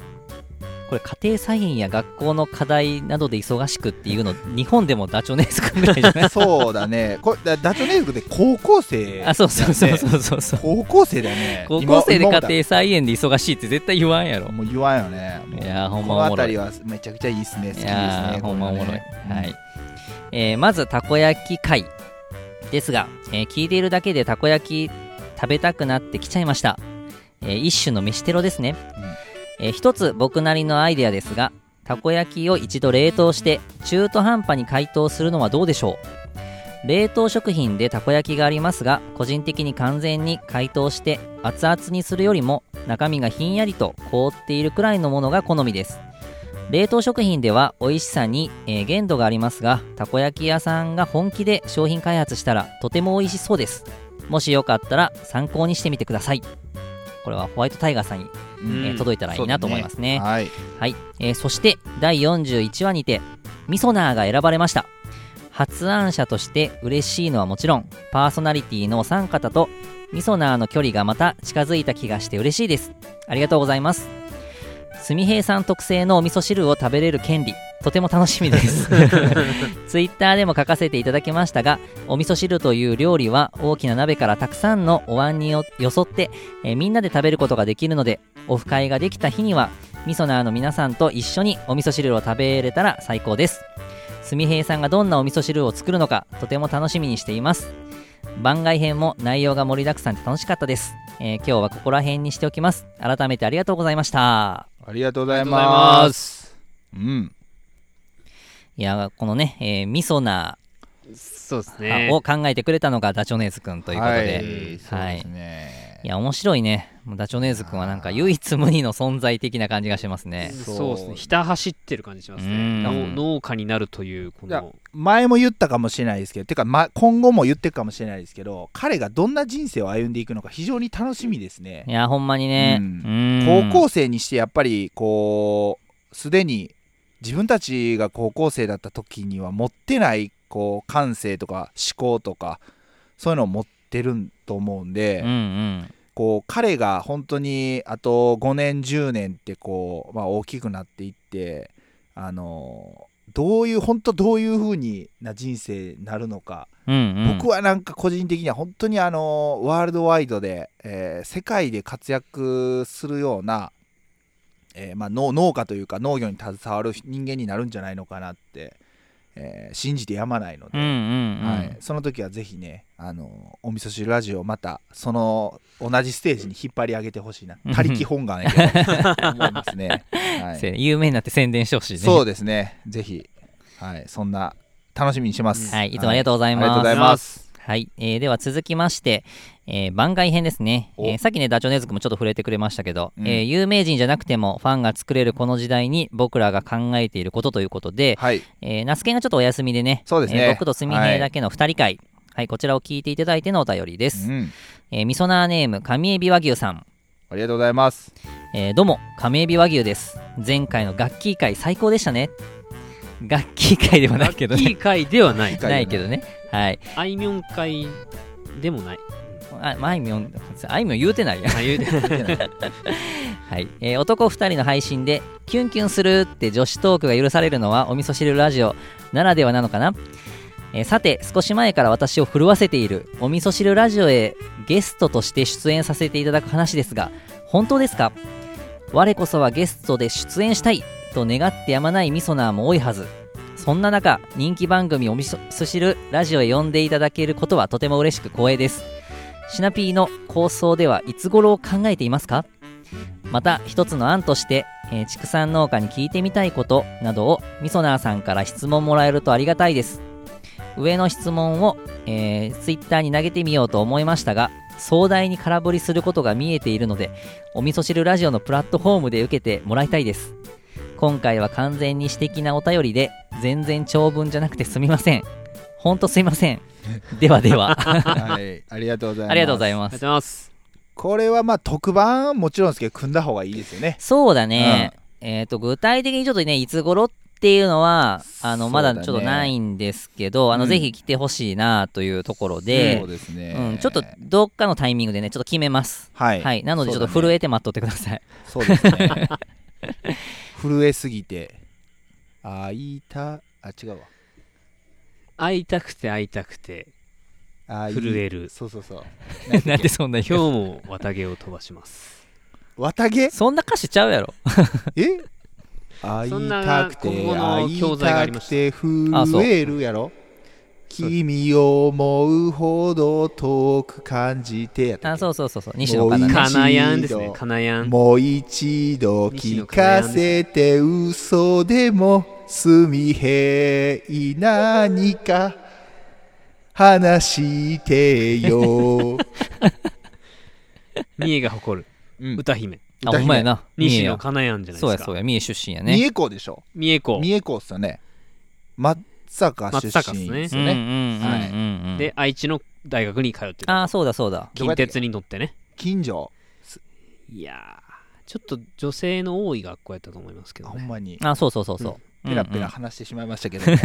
C: れ家庭菜園や学校の課題などで忙しくっていうの、日本でもダチョウネーズくんぐらいじゃない
B: そうだね これだダチョネーズで高校 生
C: あ、そうそうそうそうそうそう。
B: 高校生だよね
C: 高校生で
B: 今
C: 家
B: 今
C: 庭菜園で忙しいって絶対言わんやろ。
B: もう言わんよねもう
C: いやーほん
B: こ
C: ま
B: の
C: おもろ
B: 辺
C: い
B: りはめちゃくちゃいいっすね好きです
C: い
B: ね
C: やー
B: こ
C: ほ
B: れ
C: んまおもろい、
B: ね
C: はいえーまずたこ焼き会ですが、えー聞いているだけでたこ焼き食べたくなってきちゃいました、えー一種の飯テロですね、えー一つ僕なりのアイデアですがたこ焼きを一度冷凍して中途半端に解凍するのはどうでしょう冷凍食品でたこ焼きがありますが個人的に完全に解凍して熱々にするよりも中身がひんやりと凍っているくらいのものが好みです冷凍食品では美味しさに、えー限度がありますがたこ焼き屋さんが本気で商品開発したらとても美味しそうですもしよかったら参考にしてみてくださいこれはホワイトタイガーさんに、
B: うん
C: えー届いたらいいなと思いますね
B: はい
C: はい、えーそして第41話にてミソナーが選ばれました発案者として嬉しいのはもちろんパーソナリティのお三方とミソナーの距離がまた近づいた気がして嬉しいですありがとうございますすみへいさん特製のお味噌汁を食べれる権利とても楽しみですツイッターでも書かせていただきましたがお味噌汁という料理は大きな鍋からたくさんのお椀によよそって、えーみんなで食べることができるのでオフ会ができた日にはみそなーの皆さんと一緒にお味噌汁を食べれたら最高ですすみへいさんがどんなお味噌汁を作るのかとても楽しみにしています番外編も内容が盛りだくさんで楽しかったです、えー今日はここら辺にしておきます改めてありがとうございました
B: ありがとうござ
A: あ
B: い
A: りがとうございま
B: ます
A: す
B: うん
C: いやこのね、えー、みそな
A: そうです
C: ー
A: ね
C: を考えてくれたのがダチョネーズくんということで、
B: はいそう
C: はい
B: ですね
C: いや、面白いね。もうダチョネーズ君はなんか唯一無二の存在的な感じがしますね。
A: そうですねひた走ってる感じします
C: う
A: ね
C: ん
A: 農農家になるというこ
B: いや
A: の
B: 前も言ったかもしれないですけどてか、ま、今後も言ってるかもしれないですけど彼がどんな人生を歩んでいくのか非常に楽しみですね
C: いや、ほんまにね。
B: う
C: うんん
B: 高校生にしてやっぱりこうすでに自分たちが高校生だった時には持ってないこう感性とか思考とかそういうのを持ってると思うんで、
C: うんうん。
B: こう彼が本当にあと5年10年ってこう、まあ、大きくなっていってあのどういう本当どういう風にな人生になるのか、
C: うんうん。
B: 僕はなんか個人的には本当にあのワールドワイドで、えー世界で活躍するような、えーまあ、農農家というか農業に携わる人間になるんじゃないのかなって、えー信じてやまないので、
C: うんうんうん。
B: はい、その時はぜひねあのお味噌汁ラジオをまたその同じステージに引っ張り上げてほしいな
C: うん
B: 他力本願やけど思います ね、はい、
C: せ有名になって宣伝してほしいね。
B: そうですねぜひ、はい、そんな楽しみにしてます、
C: はい、いつもありがとうございます。
B: ありがとうございます
C: はい、えーでは続きまして、えー番外編ですね、
B: お
C: えーさっきねダチョウネズクもちょっと触れてくれましたけど、
B: うん
C: えー有名人じゃなくてもファンが作れるこの時代に僕らが考えていることということで、
B: はい
C: えー、ナスケンがちょっとお休みでね、
B: そうですね
C: えー僕とスミヘイだけの2人会、はい、こちらを聞いていただいてのお便りです。
B: うん、
C: えー、みそなーネーム、神エビ和牛さん。
B: ありがとうございます
C: えー、どうも、神エビ和牛です。前回の楽器会最高でしたね。楽器会ではないけど
A: い
C: ね。
A: い回ではない
B: 楽器会
C: ないけどね。はい。
A: あいみょん会でもない
C: あ、まあいみょん、あいみょん言うてないや。
A: あ言うて
C: はい。えー、男2人の配信で、キュンキュンするって女子トークが許されるのは、お味噌汁ラジオならではなのかなえーさて、少し前から私を震わせている、お味噌汁ラジオへゲストとして出演させていただく話ですが、本当ですか我こそはゲストで出演したいと願ってやまないミソナーも多いはず。そんな中、人気番組お味噌汁ラジオへ呼んでいただけることはとても嬉しく光栄です。シナピーの構想ではいつ頃を考えていますかまた一つの案として、えー畜産農家に聞いてみたいことなどをみそなーさんから質問もらえるとありがたいです上の質問を、えー、ツイッターに投げてみようと思いましたが壮大に空振りすることが見えているのでお味噌汁ラジオのプラットフォームで受けてもらいたいです今回は完全に私的なお便りで全然長文じゃなくてすみませんほんとすいませんではでは
B: はい、ありがとうございます。
C: ありがとうございま
A: あり
C: す
A: がとうございます
B: これはまあ特番はもちろんですけど、組んだ方がいいですよね。
C: そうだね、えっ、と具体的にちょっとねいつ頃っていうのはあのまだちょっ
B: そう
C: と
B: だね
C: ないんですけど、あの
B: うん
C: ぜひ来てほしいなというところで
B: そう、です
C: う
B: ね、
C: んちょっとどっかのタイミングでねちょっと決めます
B: はい、
C: はい、なのでちょっと震えて待っとってください、
B: そうですね。震えすぎて、会いた、あ、違うわ。
A: 会いたくて会いたくて
B: あい
A: 震える
B: そうそうそう。
C: なんでそんな言
A: 今
C: う
A: 日も綿毛を飛ばします
B: 綿毛
C: そんな歌詞ちゃう やろ
B: え会い
A: そん
B: た
A: な
B: く
A: 国
B: て、
A: 語の
B: 会い
A: 教材があ
B: た
A: りま
B: く
A: して
B: 震えるやろ。君を思うほど遠く感じてやったっ
C: あ
B: け
C: そうそうそうそう西野カナ
B: もうい
C: ね
B: い
A: かなやんですねかなやん
B: もう一度聞かせて嘘でもすみへい何か話して よ
A: 三重が誇る
B: うん
A: 歌姫
C: あほんまやな
A: 西
C: や
A: 野かなやんじゃない
C: そう
A: で
C: や
A: す
C: そ
A: か
C: うや三重出身や
B: 三
C: ね
B: 重校でしょ
A: 三重校
B: 三重校っすよね松坂出身ですよ
C: うんうん
B: ね
C: うんうんうん
A: で愛知の大学に通ってる
C: ああそうだそうだ
A: 近鉄に乗ってね
B: 近所
A: いやーちょっと女性の多い学校やったと思いますけ
B: あ
A: ど
B: ほん
A: ね
B: まに
C: あそうそうそうそう、
B: ペラペ
C: うんう
B: ラ
C: ん
B: 話してしまいましたけども、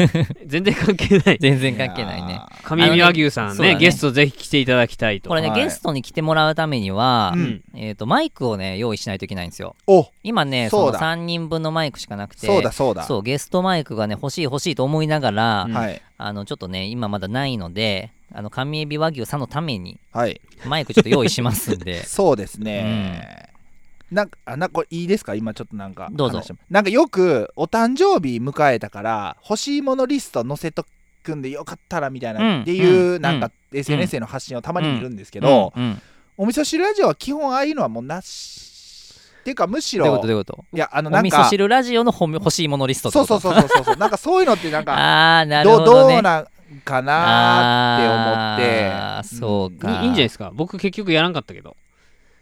A: 全然関 係ない
C: 全然 関係ないね
B: やー。
A: 上宮和牛さん
C: そう
A: ね
C: だね
A: ゲストぜひ来ていただきたいと
C: これね、
B: はい
C: ゲストに来てもらうためには、
A: うん
C: えっ、と、マイクをね、用意しないといけないんですよ。
B: お
C: 今ね、
B: そ
C: そう
B: だ
C: の3人分のマイクしかなくて、
B: そうだそうだ。
C: そう、ゲストマイクがね、欲しい欲しいと思いながら、
A: うん
B: はい。
C: あの、ちょっとね、今まだないので、あの、神エビ和牛さんのために、
B: はい。
C: マイクちょっと用意しますんで、
B: そうですね。なんか、あなんかこれいいですか今ちょっとなんか
C: どうぞ
B: 話してもなんかよくお誕生日迎えたから欲しいものリスト載せとくんでよかったらみたいな、
C: うん
B: っていう、
C: うん
B: なんか SNS への発信をたまに見るん ですけ
C: け
B: ど、
C: うんうん
B: お味噌汁ラジオは基本ああいうのはもうなしっていうかむし
C: どういうこ
B: ろ
C: とどういうこと
B: いやあの
C: お
B: なん
C: 味噌
B: か
C: 汁ラジオのほめ欲しいものリストって
B: そう
C: こと
B: そうそうそうそうそうなんかそういうのってなんか
C: ああ、なる
B: ど
C: ほ
B: う
C: ど
B: ど
C: ね。
B: うなんかなーって思
C: あ
B: っ
C: ー
B: て
C: そうか。
A: いいいいんじゃないですか僕結局やらんかったけど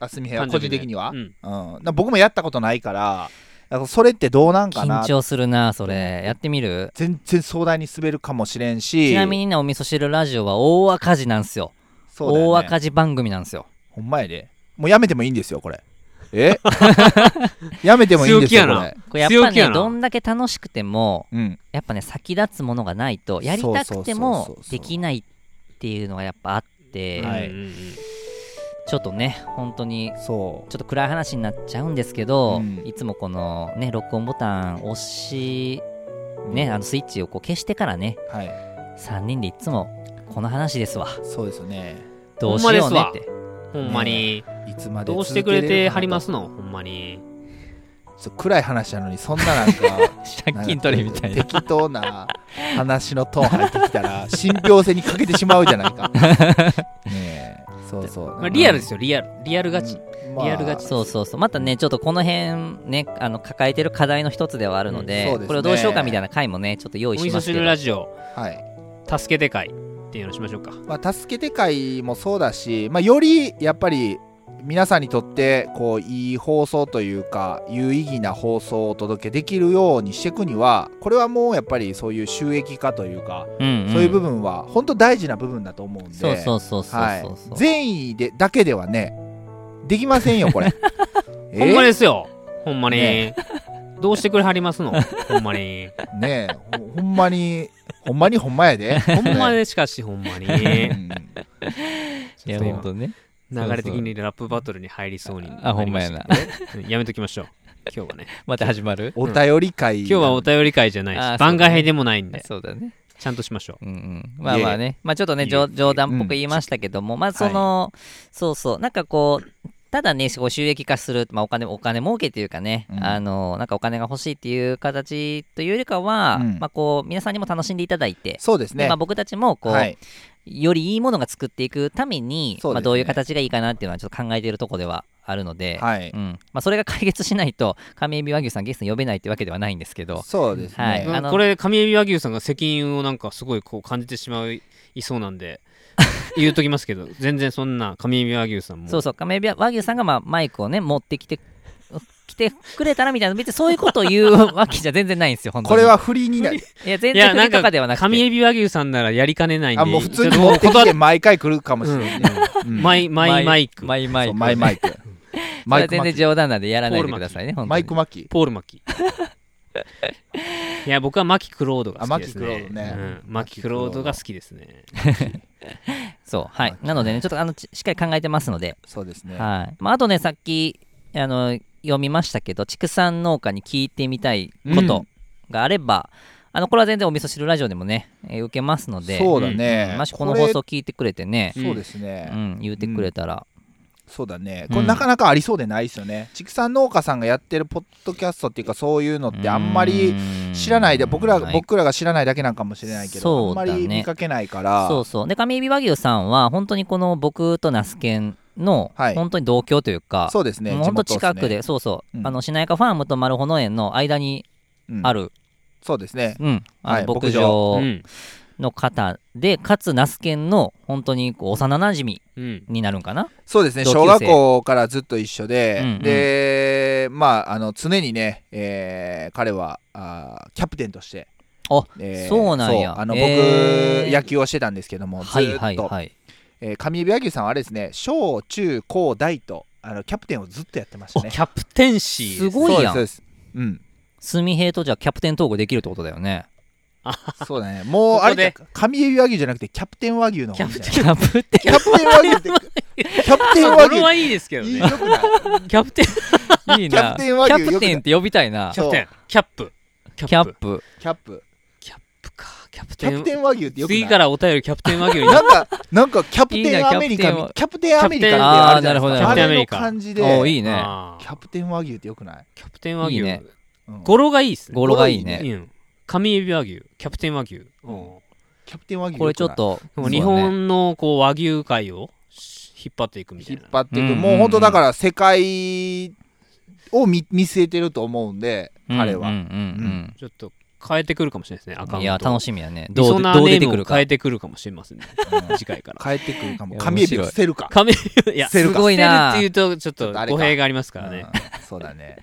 B: あすみへんは個人的には、
A: 誕生日ね
B: うん、だから僕もやったことないからだからそれってどうなんかな
C: 緊張するな、それ。やってみる
B: 全然壮大に滑るかもしれんし
C: ちなみにね、お味噌汁ラジオは大赤字なんですよ。
B: そうだよね
C: 大赤字番組なんですよ。
B: ほんまやでもうやめてもいいんですよこれ えやめてもいいんですよ
A: 強気やな
B: これ
C: これやっぱ
A: 強気や
C: ね、
A: な
C: どんだけ楽しくても、
B: うん
C: やっぱね、先立つものがないと、やりたくて
B: そうそう
C: も
B: そうそう
C: できないっていうのがやっぱあって、
A: うん
B: はい
A: うんうんうん
C: ちょっとね、本当に、
B: そ
C: ちょっと暗い話になっちゃうんですけど、
B: うん
C: いつもこのね、録音ボタン押し、
B: う
C: ね、あのスイッチをこう消してからね、
B: はい
C: 3人でいつも、この話ですわ。
B: そうですよね
C: どうしようねって。
A: ほんまに
B: いつまで
A: どうしてくれてはりますすのほんまに
B: 暗い話なのにそんななん か
C: 借金取りみたいな。
B: 適当な話のトーン入ってきた ら信憑性に欠けてしまうじゃないかねえそうそう、
A: まあリアルですよリアルリアルガチ
B: うん
A: リアルガチ
C: そうそうそう。またね、ちょっとこの辺ね、あの、抱えてる課題の一つではあるの
B: うん
C: で
B: そうです、ね
C: これをどうしようかみたいな回もね、ちょっと用
A: お
C: 意し
A: 味
C: ま
A: 噌
C: すけ
A: 汁
C: ど。
A: ラジオ
B: はい
A: 助けて会っていうのしましょうか
B: まあ、助けて会もそうだし、まあ、よりやっぱり皆さんにとってこういい放送というか有意義な放送をお届けできるようにしていくにはこれはもうやっぱりそういう収益化というか、
C: うんん
B: そういう部分は本当大事な部分だと思うんで
C: そうそうそうそう
B: はい
C: そうそう。
B: 善意でだけではねできませんよこれえ
A: ほんまですよほんまに
B: ね
A: どうしてくれはりますのほんまに
B: ねえほほんまにほんまにほんまやで
A: ほんまでしかしほんまに
B: う
A: 流
B: ん
C: いや、
A: ちょっと今
C: ほんとね。
A: れ的にラップバトルに入りそうになりました
C: あ、ほんまやな。
A: うんやめときましょう今日はね
C: また始まる
B: お便り会
A: 今日はお便り会じゃないし、
C: あー
A: 番外編でもないんで、
C: そうだね。
A: ちゃんとしましょ
C: うんうん。まあまあね。まあちょっとね、冗冗談っぽく言いましたけども、まあその、そうそう。なんかこう、ただね、こう収益化する、まあお金、お金儲けというかね、
B: うん
C: あの、なんかお金が欲しいっていう形というよりかは、
B: うん
C: まあこう、皆さんにも楽しんでいただいて、
B: そうです
C: で
B: ね
C: まあ、僕たちもこう、
B: はい
C: よりいいものが作っていくために、
B: そうですね
C: まあ、どういう形がいいかなっていうのはちょっと考えているとこではあるので、
B: はい
C: うんまあ、それが解決しないと上海老和牛さんゲストに呼べないってわけではないんですけど
B: そうですね、
C: は
A: う、
C: いあの
A: これ上海老和牛さんが責任をなんかすごいこう感じてしまいそうな んで言うときますけど全然そんな上海老和牛さんも
C: そうそう上海老和牛さんがまあマイクをね持ってきて来てくれたらみたいな別にそういうことを言うわけじゃ全然ないんですよ本当に
B: これは不利になる
C: いや全
A: いや
C: 然
A: な
C: なんん
A: か
C: かではなく
A: 上
C: て
A: 海老和牛さんならやりかねないんで
B: あもう普通に
A: ちょっとも
B: 持
A: う
B: って
A: 断
B: き
A: って
B: 毎回来るかもしれ
A: う
B: ない、うん
A: んマイマイマイク
C: マイマイ
B: そう
C: ク
B: マイマイク
C: そ
B: マ
C: れ
B: イ
C: は
B: ク
C: 全
B: マ
C: 然
B: キ
C: 冗談なんでやらないでくださいね本当
B: マイ
C: に
B: クマキ
A: ポールマキいや僕はマキクロードが好きです
B: あマキク
A: ね
B: ロードね
A: うんマキクロードが好きですね
C: そうはいなのでねちょっとあのちしっかり考えてますので
B: そうですね
C: はいまあ、あとねさっきあの読みましたけど畜産農家に聞いてみたいことがあれば、あのこれは全然お味噌汁ラジオでもね、えー受けますので
B: そうだね、
C: もしこの放送聞いてくれてね
B: こ、れそうですね、
C: うん、言うてくれたら、
B: そうだね
C: うん
B: これなかなかありそうでないですよね、畜産農家さんがやってるポッドキャストっていうかそういうのってあんまり知らないで僕ら
C: はい
B: 僕らが知らないだけなんかもしれないけど、
C: そう
B: あ
C: だね
B: んまり見かけないから
C: そうそうで上海老和牛さんは本当にこの僕と那須研の
B: はい
C: 本当に同居というか、
B: そうですね
C: もう本当
B: 地元
C: 近
B: っすね
C: くでそうそう、
B: うん
C: あのしなやかファームと丸穂農園の間に
B: うん
C: ある、
B: そうですね
C: うんあ
B: はい
C: の牧
B: 牧
C: 場
B: 場
A: うん
C: の方で、かつ、ナス研の本当にこう幼馴染
A: うん
C: になるんかな。
B: そうですね
C: 同級生
B: 小学校からずっと一緒で、
C: うんうん
B: でまああの常にね、えー彼はあーキャプテンとして
C: あ
B: えー
C: そうなんや
B: そうあの僕、
C: えー
B: 野球をしてたんですけどもず
C: は
B: ーっ
C: い
B: と、
C: はいはい。
B: えー上指和牛さんはあれですね小中高大とあのキャプテンをずっとやってました
A: お
B: ね
A: キャプテンシー
C: すごいや
B: そうで
C: ん。
B: すそうですうん
C: スミヘイとじゃあキャプテン統合できるってことだよね。
B: そうだね。もう、
A: こ
B: あ
A: こ
B: れ
A: で
B: だ、神エビ和牛じゃなくて、キャプテン和牛の方みたいな。
C: キャプテ
B: キャプテン和牛って、キャプテン和
A: これ
B: 牛
A: はいいですけど
B: いい
A: ね
B: よくない
A: キャプテン
C: ン、いいな。
B: キャプテン和牛
C: キャプテンって呼びたいな
A: キ。ャプテンキャップキ
C: キャップ。
B: キャップ。
A: キャップかキャプ
B: キ
A: テ
B: ャプ
A: ン
B: テン和牛ってよくない
A: 次からお便りキャプテン和牛に
B: なんか、なんかキャプ
C: いい
B: テ
C: な
B: ンアメリカ
C: キャプテン
B: み
C: は、
B: キャプテンアメリカって
C: あー
B: あるじゃないですか。
A: なるほどキャプテンア
B: あ
A: メ
B: れの
A: リカ
B: 感じで、
C: おーい
B: キ
C: いね。
A: あー
B: ャプテン和牛ってよくない
A: キャプテン和牛
C: いいね
B: うん
A: 語呂がいいですね
C: 語呂がいいね。
A: うん神エビ和牛キャプテン和牛うん
B: キャプテン和牛
C: これちょ
B: よ
C: っ
B: くない
C: と、
A: もう日本のこう和牛界を引っ張っていくみたい
B: 引っ
A: な
B: 張っていく。
C: うん
B: もう本当だから世界を見見据えてると思うんで、彼は。
C: うんうんうん
A: ちょっと変えてくるかもしれないですねア
C: う
A: カ
C: ん。
A: ウント
C: いや、楽しみやね。
A: ど
C: ど
A: う
C: う
A: ナー
C: どう
A: ネ
C: 出
A: ー
C: て
A: ム
C: く
A: を
C: るか
A: 変。えてくるかもしれませんね
B: うん
A: 次回から
B: 帰ってくるかも。
C: いや
B: 神エビ
C: 面
B: を
C: 白い
B: 捨てるか。
A: 神いや
B: 捨てる
C: すごいな
A: 捨てるっていうとちょっ
B: ちょっとあれ
A: と
B: か
A: 語弊がありますからね
B: うんそうだね。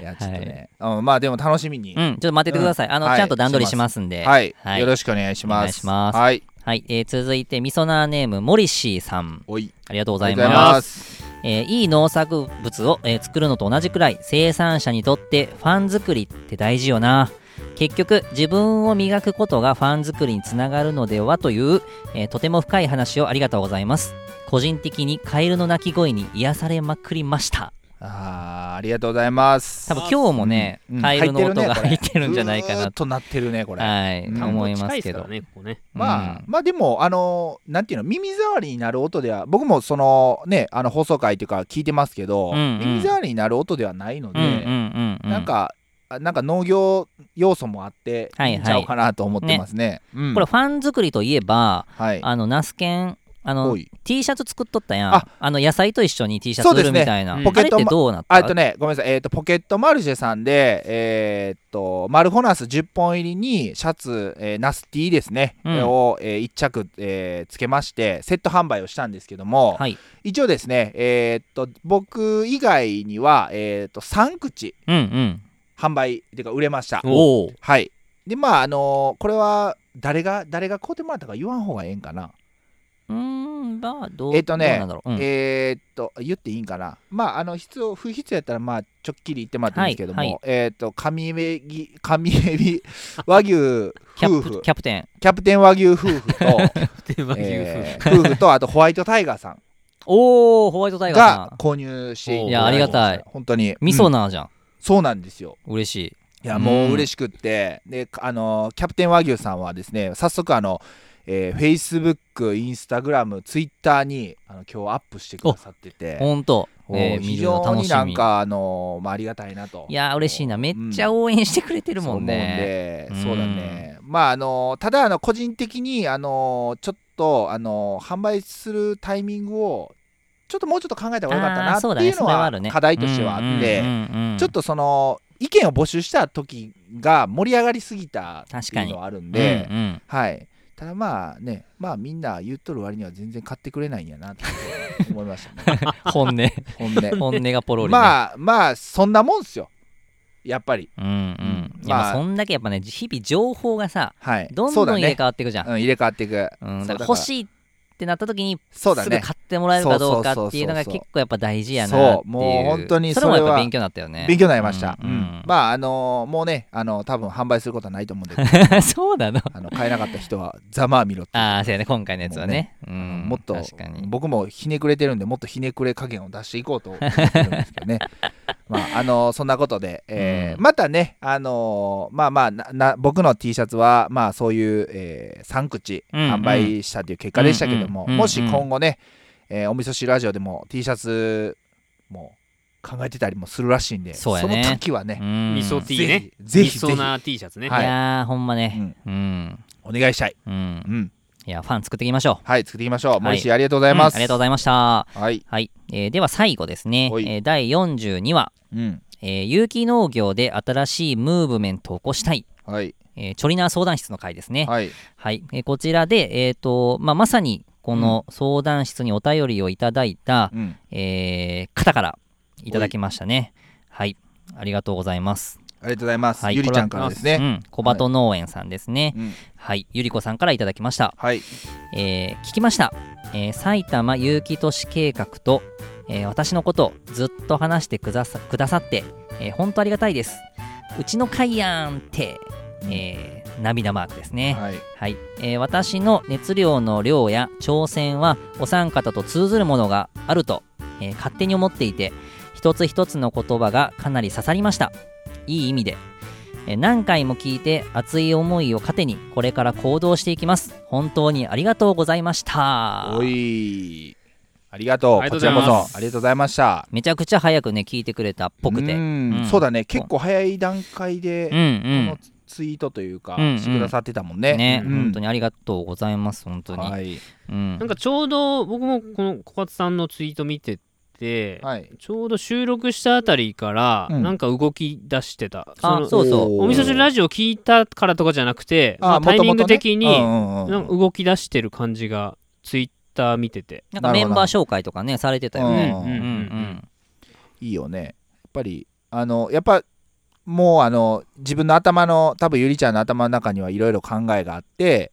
B: いや、ちょっとね。うんまあでも楽しみに
C: う。ん、ちょっと待っててください。あの、
B: はい
C: ちゃんと段取りしますんで。
B: はい
C: は。い
B: よろしくお願いします。
C: お願いします
B: はい。
C: はい、えー続いて、ミソナーネーム、モリシーさん。
B: おい。
C: ありがとうござ
B: あり
C: い
B: がとう
C: ま
B: ご
C: す。
B: ざいます。
C: えーいい農作物を、えー作るのと同じくらい、生産者にとってファン作りって大事よな。結局、自分を磨くことがファン作りにつながるのではという、えーとても深い話をありがとうございます。個人的にカエルの鳴き声に癒されまくりました。
B: あーありがとうございます。
C: 多分今日もね、
B: うんうん
C: カエルの音が
B: 入
C: 入
B: っ
C: ってるんじゃないか
B: ずー
C: な
B: っとなってるねこれ、
C: はい、
B: うん
C: 思いますけど。
A: 近いですからねここね
B: まあ、
C: うん
B: まあでもあのーなんていうの耳障りになる音では僕もそのねあの放送回というか聞いてますけど、
C: うんうん
B: 耳障りになる音ではないので、
C: うんうんうん。
B: なん、かあなんか農業要素もあって
C: はいはい
B: いいんちゃうかなと思ってますね。うん
C: これファン作りといえば、
B: はい
C: あの、ナスケン、あの
B: お、い
C: T シャツ作っとったやん。
B: あ
C: あの、野菜と一緒に T シャツ
B: そう
C: 売
B: です
C: る
B: ね
C: みたいな。
A: うん
C: あれってどうなった
B: あえっとね、ごめんなさい、えっとポケットマルシェさんで、えーっとマルホナス10本入りにシャツ、えーナスティですね、
C: うん
B: を、え1着、えーつけまして、セット販売をしたんですけども、
C: はい。
B: 一応ですね、えーっと僕以外には、えーっと3口
C: うんうん。
B: 販売っていうか売れました。
C: おお。
B: はい、で、まあ、あのーこれは誰が誰が買うてもらったか言わん方がええんかな。
C: うーん、まあ、どう
B: えっとね
C: どうなんだろう。うん
B: えーっと言っていいんかなまああの必要不必要やったらまあちょっきり言ってもらっていいんですけども、
C: はいはい
B: えーっと神エビ神エビ 和牛夫
C: キャ
B: 婦
C: プ
B: キャ
C: キャプテン。
B: プテン和牛夫婦 と、
A: テーマ牛
B: えー夫婦とあとホワイトタイガーさん
C: おお、ホワイトタイガーさ
B: が
C: ん。
B: 購入していただました
A: いやあり
C: がたい
B: 本当に
C: 味噌
B: うん
C: なーじゃん。
B: そうなんですよ
C: 嬉しい。
B: いやもううん嬉しくって、であのキャプテン和牛さんはですね早速あのえー、Facebook、Instagram、Twitter にあの今日アップしてくださってて
C: ほんと。え
B: えー
C: ー見
B: 非
C: るの
B: 常
C: 楽
B: に
C: し
B: なん
C: み。
B: かあのーまあありがたいなと
C: いやー、嬉しいな。めっちゃ応援してくれてるもんね。
B: そう
C: う
B: 思うん
C: ん
B: でそうだねまああのーただあの個人的にあのーちょっとあのー販売するタイミングをちょっともうちょっと考えた方がよかった
C: あ
B: な
C: ーそう
B: っ
C: だ
B: て
C: ね
B: いうの
C: それは
B: は
C: あるね
B: 課題としてはあっ
C: うん
B: て
C: うんうん
B: ちょっとその意見を募集した時が盛り上がりすぎたっていうのはあるんで
C: うんうん
B: はいただまあねまあみんな言っとる割には全然買ってくれないんやなって思いましたね
C: 本音。
B: 本音
C: 本音がポロリね。
B: まあまあそんなもんっすよやっぱり
C: うんうん。いや
B: まあ
C: まあそんだけやっぱね、日々情報がさ、
B: はい
C: どん
B: そう
C: ど
B: だ
C: ん入れ
B: ね
C: 替わっていくじゃん。
B: うん入れ替わっていく
C: うん、だから
B: そう
C: 欲しいってなった時に、
B: そうだ
C: すぐ
B: ね
C: 買ってもらえるかどうかっていうのが
B: そうそうそうそう
C: 結構やっぱ大事やなって
B: そ
C: いう
B: うもう本当に
C: それも
B: そ
C: や
B: れ
C: っ
B: は
C: ぱ勉強になったよね
B: 勉強になりました、
C: うん
B: うんまああのーもうねあのー多分販売することはないと思うんで
C: そうなの
B: あの買えなかった人はざまあみろって
C: ああそうやね今回のやつはねう
B: うん
C: ん
B: もっと
C: 確かに
B: 僕もひねくれてるんでもっとひねくれ加減を出していこうと思ってるんですけ どねまああのーそんなことで、えー
C: うん
B: またねあのーまあまあなな僕の T シャツはまあそういう、え3口
C: うんうん
B: 販売したという結果でしたけども、
C: うんうん
B: もし今後ね、えーお味噌汁ラジオでも T シャツも考えてたりもするらしいんで
C: そうやね
B: の時はね、
C: うん
A: 味噌
B: ぜ
A: T ね
B: ひぜひ
A: 味
B: ぜひ
A: 噌な T シャツね
C: いやーほんまねうん
B: お願いしたい、
C: うん
B: うん、
C: いやファン作っていきましょう
B: はい作っていきましょう
C: い
B: 森氏、ありがとうござい
C: うんあ
B: ます、
C: りがとうございました
B: はい、
C: はいえーでは最後ですね
B: ほい
C: えー第42話
B: うん
C: えー有機農業で新しいムーブメントを起こしたい
B: はい
C: えーチョリナー相談室の回ですね
B: はい
C: はい、えーこちらで、えーとまあ、まさにこの相談室にお便りをいただいた、
B: うん
C: えー方からいただきましたね。はい、ありがとうございます。
B: ありがとうございます、
C: はい
B: ゆりちゃんからです
C: う
B: ね、
C: ん、小鳩農園さんですね。
B: うん
C: はい、ゆりこさんからいただきました。
B: はい
C: えー聞きました、えー埼玉有機都市計画と、えー私のことずっと話してくださくださって、えー本当ありがたいですうちの会やんって、えー涙マークですね。
B: はい。
C: はい、えー私の熱量の量や挑戦はお三方と通ずるものがあると、えー勝手に思っていて一つ一つの言葉がかなり刺さりましたいい意味で、えー何回も聞いて熱い思いを糧にこれから行動していきます本当にありがとうございました
B: おい。ありがと
A: あ
B: う。
A: り
B: こ
A: が
B: ち
A: とう
B: ら
A: ご
B: こ
A: ざいます
B: そ。ありがとうございました。
C: めちゃくちゃ早くね聞いてくれたっぽくて
B: う
C: うん
B: ん
C: うん
B: そうだね。結構早い段階
C: う
B: で、この
C: ん
B: ツイートというか、
C: うんうん
B: してくださってたもんね。
C: ね、
B: うん
C: 本当にありがとうございます本当に、
B: はい。
C: うん
A: なんかちょうど僕もこの小勝さんのツイート見てて、
B: はい。
A: ちょうど収録したあたりから、
B: うん
A: なんか動き出してた。そ
C: あ
A: の
C: そうそう
B: おー
A: お味噌汁ラジオ聞いたからとかじゃなくて、まあ
B: あ
A: タイミン
B: 元
A: グ
B: 々ね
A: 的に、
B: うんうん
A: なんか動き出してる感じが、ツイッター見てて。
C: なんかメンバー紹介とかねされてたよ
B: うん
C: ね
A: うん
C: うんう
A: うん
C: ん
B: いいよねやっぱりあのやっぱもうあの自分の頭の多分ゆりちゃんの頭の中にはいろいろ考えがあって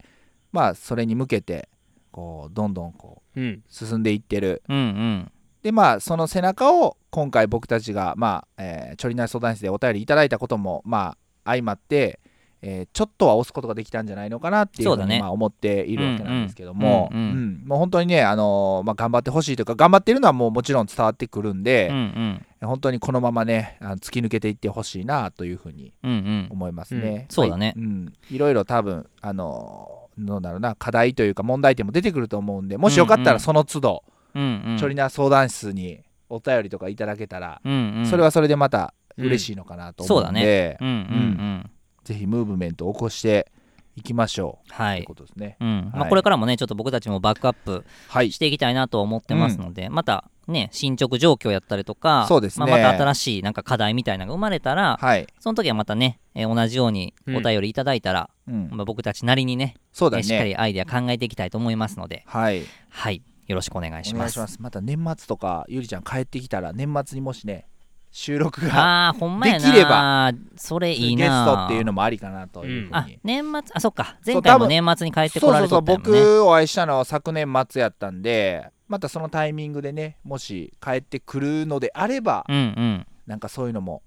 B: まあそれに向けてこうどんどんこう
A: うんうん
B: 進んでいってる
C: うんうん
B: でまあその背中を今回僕たちがまあ、えーちょりなり相談室でお便りいただいたこともまあ相まって、えーちょっとは押すことができたんじゃないのかなっていうふ
C: そううだ
B: に
C: ね
B: まあ思っているわけなんですけども
C: うんうんうんう
B: うんもう本当にね、あのーまあ、頑張ってほしいというか頑張ってるのはもうもちろん伝わってくるんで、
C: うんうん
B: 本当にこのままねあの突き抜けていってほしいなというふうに
C: うんうん
B: 思いますね。
A: うん
B: はい
C: そうだね
B: うん、いろいろ多分あのなんだろうな課題というか問題点も出てくると思うんでもしよかっ
C: うん
B: た
C: う
B: ら
C: ん
B: その都度、
C: うんうん
B: ちょりな相談室にお便りとかいただけたら、
C: うんうん
B: それはそれでまた
A: うん
B: 嬉しいのかなと思うので、
C: うんうんうん
B: ぜひムーブメントを起こしていきましょう、
C: は
B: とい
C: いう
B: ことですね。
C: うんま
B: は
C: あ、
B: い
C: これからもねちょっと僕たちもバックアップ
B: はい
C: していきたいなと思ってますので、またね進捗状況やったりとか
B: そうですね
C: まあ、また新しいなんか課題みたいなのが生まれたら、
B: はい、
C: その時はまたね、えー同じようにお便りいただいたら、
B: うん、
C: まあ、僕たちなりにね
B: そうだ
C: えーしっか
B: ね。
C: りアイデア考えていきたいと思いますので
B: はい、
C: はいよろしくお願いし
B: お
C: ま
B: 願い
C: す
B: します。また年末とかゆりちゃん帰ってきたら年末にもしね収録が
C: あーほんまやな
B: できれば
C: それいい
B: ゲス
C: な
B: トっていうのもありかなというふうに、
C: あ年末あそっか
B: そう
C: 前回も
B: 多分
C: 年末に帰って
B: そ
C: こ
B: う
C: ら
B: そう
C: れ
B: そ
C: と
B: う
C: ったよね
B: 僕お会いしたのは昨年末やったんでまたそのタイミングでねもし帰ってくるのであれば、
C: うんうん
B: なんかそういうのも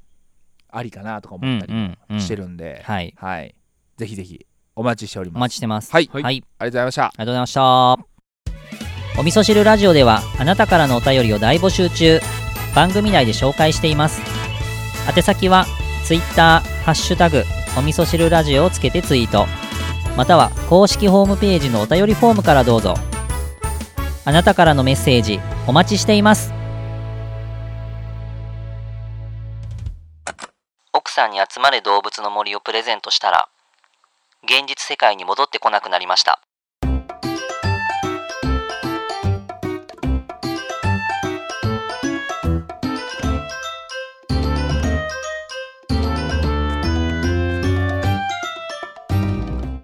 B: ありかなとか
C: うん
B: 思った
C: う
B: り
C: んうん
B: してるんで、
C: はい
B: はい、ぜひぜひお待ちしており
C: お
B: ます
C: 待ちしてます
B: はい、
C: はい、
B: ありがとうございました
C: ありがとうございましたお味噌汁ラジオではあなたからのお便りを大募集中番組内で紹介しています宛先は Twitter「ハッシュタグお味噌汁ラジオ」をつけてツイートまたは公式ホームページのお便りフォームからどうぞあなたからのメッセージお待ちしています
E: 奥さんに集まれ動物の森をプレゼントしたら現実世界に戻ってこなくなりました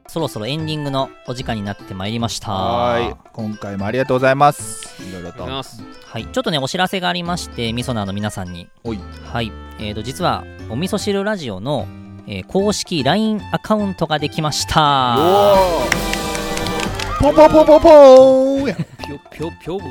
C: そろそろエンディングのお時間になってまいりました
B: はい今回もありがとうございますいろいろ
A: あり
B: と
A: がとうございます。
C: はい、ちょっとね、お知らせがありまして、みそなの皆さんに。
B: おい
C: はい。えー、と、実は、お味噌汁ラジオの、えー公式 LINE アカウントができました。
B: おーポンポンポンポンポンやん
A: ぴょぴょぴょぶ。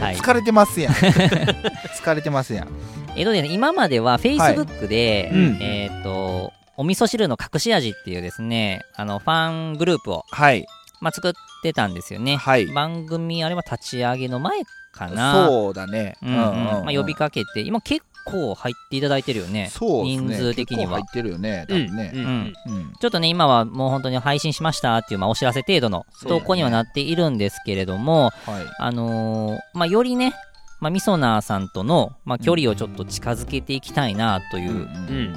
C: はい。
B: 疲れてま すやん疲れてますやん
C: えーとね、今までは Facebook で、
B: はいうん
C: えっ、と、お味噌汁の隠し味っていうですね、あの、ファングループを、
B: はい
C: まあ、作ってたんですよね。
B: はい
C: 番組、あれは立ち上げの前かな。
B: そうだね
C: うんうん。まあ、呼びかけて、今結構入っていただいてるよね。
B: そうですね
C: 人数的には
B: 結構入ってるよね多
A: うん
B: 分ね、
A: うん
C: うん
B: うん
C: ちょっとね、今はもう本当に配信しましたっていう、まあ、お知らせ程度の
B: そうだね
C: 投稿にはなっているんですけれども、
B: はい
C: あのーまあ、よりね、まあ、みそなーさんとの、まあ、距離をちょっと近づけていきたいなという
A: う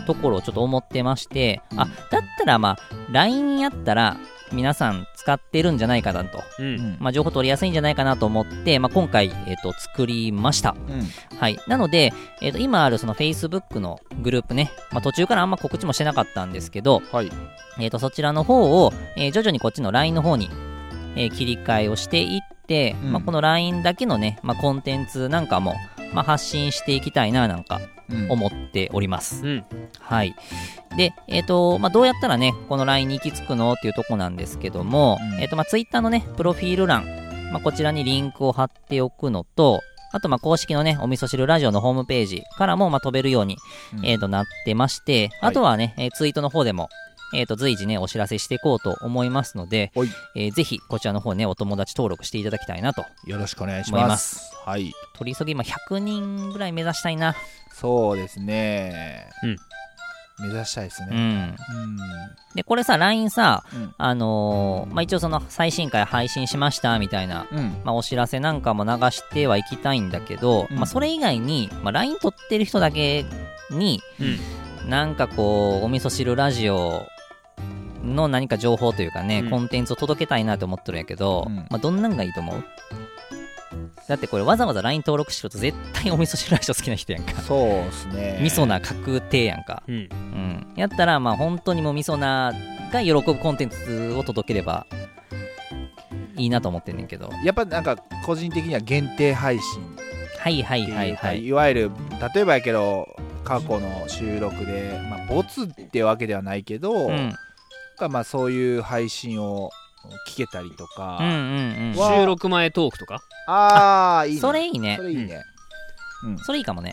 A: ん
C: ところをちょっと思ってまして、
B: うん
C: あ、だったら、まあ、LINE やったら、皆さん使ってるんじゃないかなと、
B: う
A: う
B: ん
A: ん。
C: まあ、情報取りやすいんじゃないかなと思って、まあ、今回、えっ、と、作りました。
B: うん
C: はい。なので、えっ、と、今あるその Facebook のグループね、まあ、途中からあんま告知もしてなかったんですけど、
B: はい
C: えー、とそちらの方を、えー徐々にこっちの LINE の方に、えー切り替えをしていって、
B: うん
C: まあ、この LINE だけのね、まあ、コンテンツなんかも、まあ、発信していきたいななんか
B: うん
C: 思っております。
A: うん
C: はい。で、えっ、と、まあ、どうやったらね、この LINE に行き着くのっていうとこなんですけども、
B: うん
C: えっ、と、まあ、Twitter のね、プロフィール欄、まあ、こちらにリンクを貼っておくのと、あと、まあ、公式のね、お味噌汁ラジオのホームページからも、まあ、飛べるように、
B: うん
C: えーと、なってまして、
B: はい
C: あとはね、えーツイートの方でも、えーと、随時ね、お知らせしていこうと思いますので、
B: はい
C: えーぜひ、こちらの方ね、お友達登録していただきたいなと。
B: よろしくお願いし
C: 思い
B: ま。
C: ます
B: はい。
C: 取り急ぎ、今、100人ぐらい目指したいな。
B: そうですね。
A: うん
B: 目指したいです
C: う
B: ね。
C: ん。
B: うん。
C: で、これさ、LINE さ、
B: うん
C: あのーまあ、一応その、最新回配信しました、みたいな、
B: うん。
C: まあ、お知らせなんかも流してはいきたいんだけど、
B: うん
C: まあ、それ以外に、まあ、LINE 撮ってる人だけに、なんかこう、お味噌汁ラジオの何か情報というかね、
A: うん
C: コンテンツを届けたいなと思ってるんやけど、
B: うん
C: まあ、どんなんがいいと思うだってこれわざわざ LINE 登録しろと絶対お味噌汁ラジオ好きな人やんか。
B: そうですね。
C: 味噌な確定やんか。
A: うん
C: うん。やったら、まあ本当にもう味噌なが喜ぶコンテンツを届ければいいなと思ってんねんけど。
B: やっぱなんか個人的には限定配信って
C: はいはい
B: いうか、
C: はいいはい。
B: わゆる例えばやけど過去の収録で、まあ、ボツってわけではないけど、
C: うん。うん
B: がまあそういう配信を聞けたりとか、
C: うんうん
B: わ
A: 収録前トークとか
B: ああいいね
C: それいいね
B: そ。れいいね、
C: それいいかもね。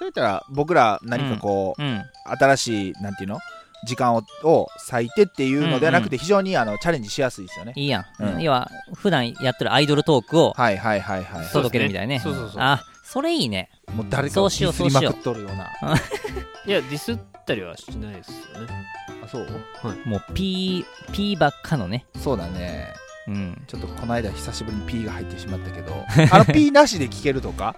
B: そういったら僕ら何かこう、
C: うん。
B: 新しいなんていうの時間をを割いてっていうのではなく
C: うんう
B: て非常にあのチャレンジしやすいですよね、
C: いいやん。
B: うん
C: 要は、普段やってるアイドルトークを
B: はいはいはいはい
A: そう
C: 届けるみたいね。
A: そうそうそう
C: あ、それいいね。
B: もう誰か
C: そ
B: を
C: うし
B: デ
C: よ
B: ィ
C: う
B: スりまくっとるようない
A: やディスったりはしないですよね
B: あそう
C: もう P、P ばっかのね。
B: そうだね
C: うん。
B: ちょっとこの間久しぶりに P が入ってしまったけどあの P なしで聞けるとか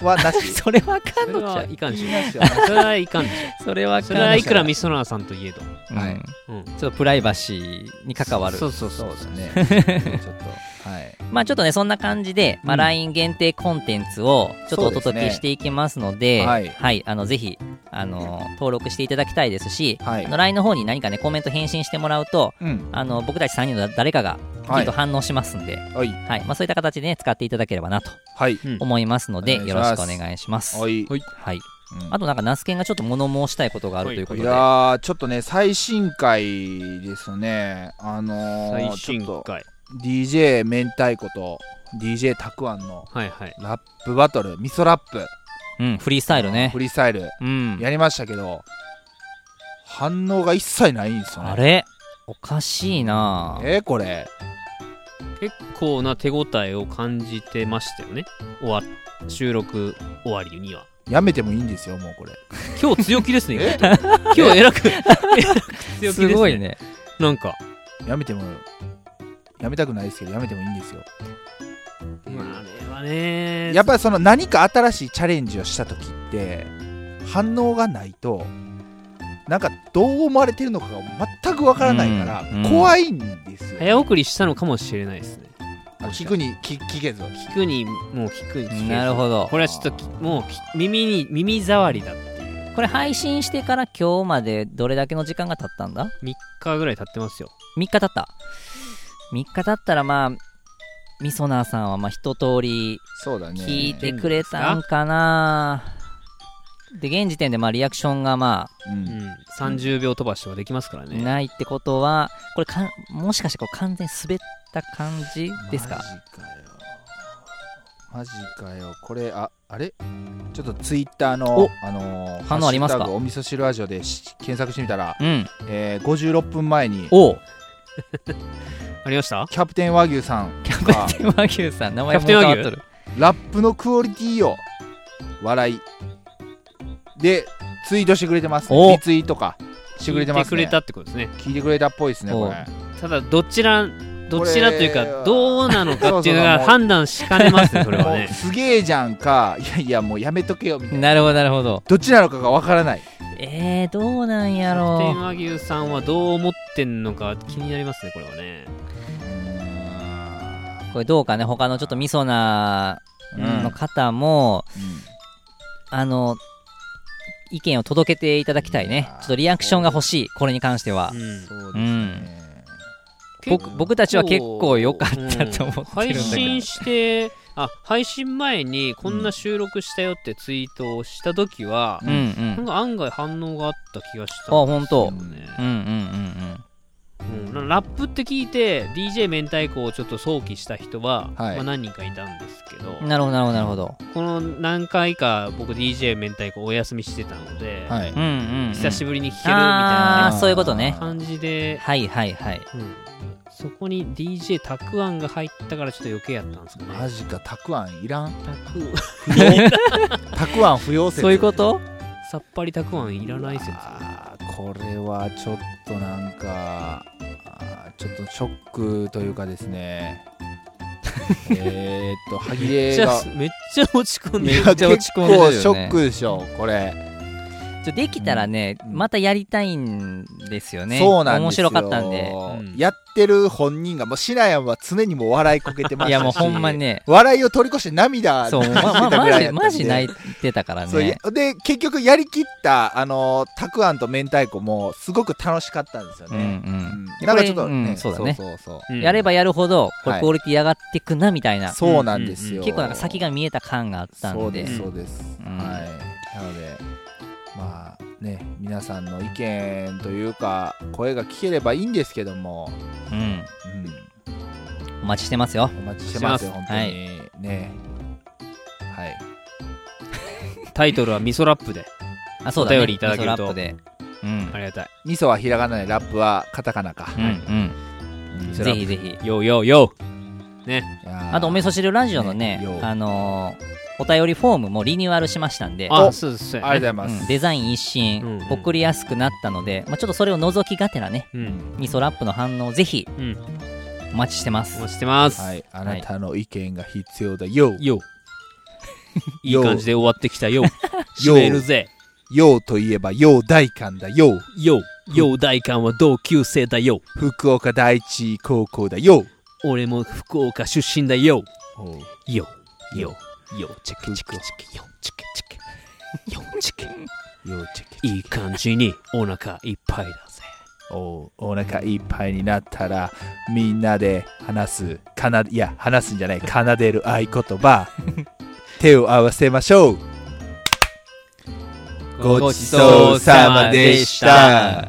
B: はな し
C: それわか
A: そ
C: んの
A: れ
C: ちゃ
A: は
C: う。
A: いかんし
B: いいですよね
A: それは いかんでし
C: それわ
A: ょそ
C: かん
A: れ
C: の
A: は
C: ち
A: いくらミソナーさんといえど
C: ゃう。
B: はい
C: うん
A: うん
C: ちょっとプライバシーに関わる
A: そ。うそうそ
B: そう
A: う
B: ですねちょっと はい
C: まあちょっとね、そんな感じで、まあ
B: うん
C: LINE 限定コンテンツをちょっとお
B: そう
C: 届
B: で
C: け
B: すね
C: していきますので、
B: はい
C: はい。あの、ぜひ、あの、登録していただきたいですし、
B: はい
C: あの LINE の方に何かね、コメント返信してもらうと、
B: うん
C: あの、僕たち3人の誰かが、き
B: は
C: っ
B: い
C: と反応しますんで、
B: はい
C: はい。まあそういった形でね、使っていただければなと
B: はい
C: 思いますので、
B: うん
C: よろしくお願いします。
B: はい
A: はい
C: はい。
B: うん
C: あとなんか、ナスケンがちょっと物申したいことがあるというこ
B: い
C: とで。
B: やーちょっとね最新回ですねあのー、
A: 最
B: ちょ
A: 新
B: っと
A: 回
B: DJ 明太子と DJ たくあんの
A: はいはい
B: ラップバトル味噌ラップ
C: うん、フリースタイルね
B: フ。リースタイル
C: うん。
B: やりましたけど反応が一切ないんですよね
C: あれおかしいなぁ
B: えーこれ
A: 結構な手応えを感じてましたよね終わ収録終わりには
B: やめてもいいんですよもうこれ
A: 今日強気ですね
B: え
A: 意外と今日 偉く偉く強気ですす
C: ごい
A: ね
C: ね。
A: なんか
B: やめてもやめたくないですけどやめてもいいんですよ
A: まああれはね
B: やっぱりその何か新しいチャレンジをした時って反応がないとなんかどう思われてるのかが全くわからないから
C: うんうん
B: 怖いんですよ、
A: 早送りしたのかもしれないですね
B: 聞くに聞聞けず
A: 聞くにもう聞くに聞けず
C: なるほど。
A: これはちょっときもうき耳に耳障りだっていう
C: これ配信してから今日までどれだけの時間が経ったんだ
A: 3日ぐらい経ってますよ
C: ?3 日経った。3日経ったらまあ、みそなーさんはまあ一通り
B: そうだね
C: 聞いてくれたんかなで、現時点でまあリアクションがま
B: う
A: うんん30秒飛ばしとかできますから
C: あ
A: ね
C: ないってことは、これかん、もしかしてこう完全に滑った感じですか
B: マジかよマジかよこれああれちょっとツイッター
C: お
B: の、あのー
C: 反応ありますか
B: ハッシュタグお味噌汁ラジオでし検索してみたら、
C: うん。
B: えー、56分前に
C: おう
A: ありました
B: キャプテン和牛さん
C: キャ
B: が
C: プテン和牛さん、名前
A: キ
C: も
A: ャ
C: 変
A: プテン和
C: わ
A: 牛
C: っとる。
B: ラップのクオリティよ笑いでツイートしてくれてます、
C: お
B: ね、リツイートかしてくれてます、ね、
A: 聞いてくれたってことですね
B: 聞いてくれたっぽいですね
C: お
B: これ
A: ただどちらどちらという
B: これは
A: かどうなのかっていうの
B: そうそう
A: が
B: もう
A: 判断しかねます ねそれは
B: もう
A: ね
B: すげえじゃんかいやいやもうやめとけよみたいな
C: なるほど、なるほど。
B: どっちなのかがわからない
C: えー、どうなんや
A: キャプテン
C: ろ
A: 和牛さんはどう思ってんのか気になりますねこれはね
C: う。これどうかね、他のちょっとみそな
B: うん
C: の方も、あの、意見を届けていただきたいね。ちょっとリアクションが欲しい、これに関しては
A: う。ん
B: そう
C: う
B: です
C: ん。
B: ね
C: 僕僕たちは結構良かったと思って
A: 配
C: るんだけ
A: 信してあ配信前にこんな収録したよってツイートをした時は
C: ど。う、んう
A: なん
C: ん。
A: か案外反応があった気がし
C: あ、
A: たん
C: ほんと。
A: ですよね
C: うんうんうんうん。
A: うん、ラップって聞いて DJ 明太子をちょっと想起した人は、
B: はい
A: まあ、何人かいたんですけど
C: なるほどなるほどなるほど
A: この何回か僕 DJ 明太子お休みしてたので、
B: はい
C: うんうん、うん、
A: 久し
C: ぶ
A: ぶりに聴けるみたい
C: ああ
A: な
C: ーそういうことね
A: 感じで、
C: はいはいはい
A: うん、そこに DJ たくあんが入ったからちょっと余計やったんですかね
B: マジかたくあんいらん
A: たく
B: たくあん不要説
C: そういうこと
A: さっぱりたくあんいらない説
B: あーこれはちょっとなんかあーちょっとショックというかです ねえーっと歯切
A: めっ
B: れ
A: ち
B: が
A: ゃめっちゃ落ち込んで
C: めっちゃ落ち込んでるよね
B: 結構ショックでしょこれ
C: ちょできたらね、またやりたいんですよね
B: そうなんですよ
C: 面白かったんで
A: うん
B: やってる本人がもうシナヤンは常にもう笑いこけてましたし
C: いやもうほんまにね
B: 笑いを取り越して涙
C: そう、
B: 流
C: ま、ま、
B: してたぐ
C: マ
B: らい
C: ジ、
B: やったんで
C: マジ泣いてたから
B: そうい
C: ね
B: や。で結局やりきったあのたくあんと明太子もすごく楽しかったんですよ
C: うんう
B: ね、
C: ん。
B: うんなんかちょっと、ね
C: うんそうだね
B: そうそうそう
A: うん
C: やればやるほど、こ
B: は
C: れ
B: い
C: クオリティ上がってくな、みたいな。
B: そうなんですよ、
C: 結構なんか先が見えた感があった
B: そ
C: ん
B: うで
C: で。
B: すそうです、
C: うん
B: はいなのでまあね皆さんの意見というか声が聞ければいいんですけども、
C: うん。
B: う
C: お待ちしてますよ。
B: ん、お待ちしてますよ
A: し
B: 本
C: す
B: 当に、ねはい
A: タイトルは味噌ラップで
C: あ、そうだね。
A: お便りいただける
C: 味噌
A: と
C: ラップで。うん
A: あ。りがたい
B: 味噌はひらがなでラップはカタカナか、
C: う
A: は
C: んうん。
A: 味噌ラ
C: ぜ
A: ッ
C: ひぜひ。
A: プよよよ
C: あと、お味
B: そ
C: 噌汁ラジオの
B: ね
C: ね
B: よう、
C: あのー、お便りフォームもリニューアルしましたんで。
A: あそうですそうや
B: あり
A: ね
B: がとうございます、
C: うんデザイン一
A: うん
C: 新
A: うん、
C: 送りやすくなったので、まあちょっとそれを除きがてらね、
A: うん
C: 味噌ラップの反応、ぜひ
A: うん
C: お待ちしてま
A: お
C: す。
A: 待ちしてます、
B: はい、あなたの意見が必要だよ、
A: よいい感じで終わってきたよ締
B: よ
A: めるぜ
B: ようといえばよう大官だよ
A: よよ大官は同級生だよ
B: 福岡第一高校だよ
A: 俺も福岡出身だよ
B: おう
A: よよよチェケチェケチェケよチェケチェケよチェケ
B: ようチェケ
A: いい感じにお腹いっぱいだぜ
B: おお腹いっぱいになったらみんなで話すかないや話すんじゃない奏でる合言葉手を合わせましょうごちそうさまでした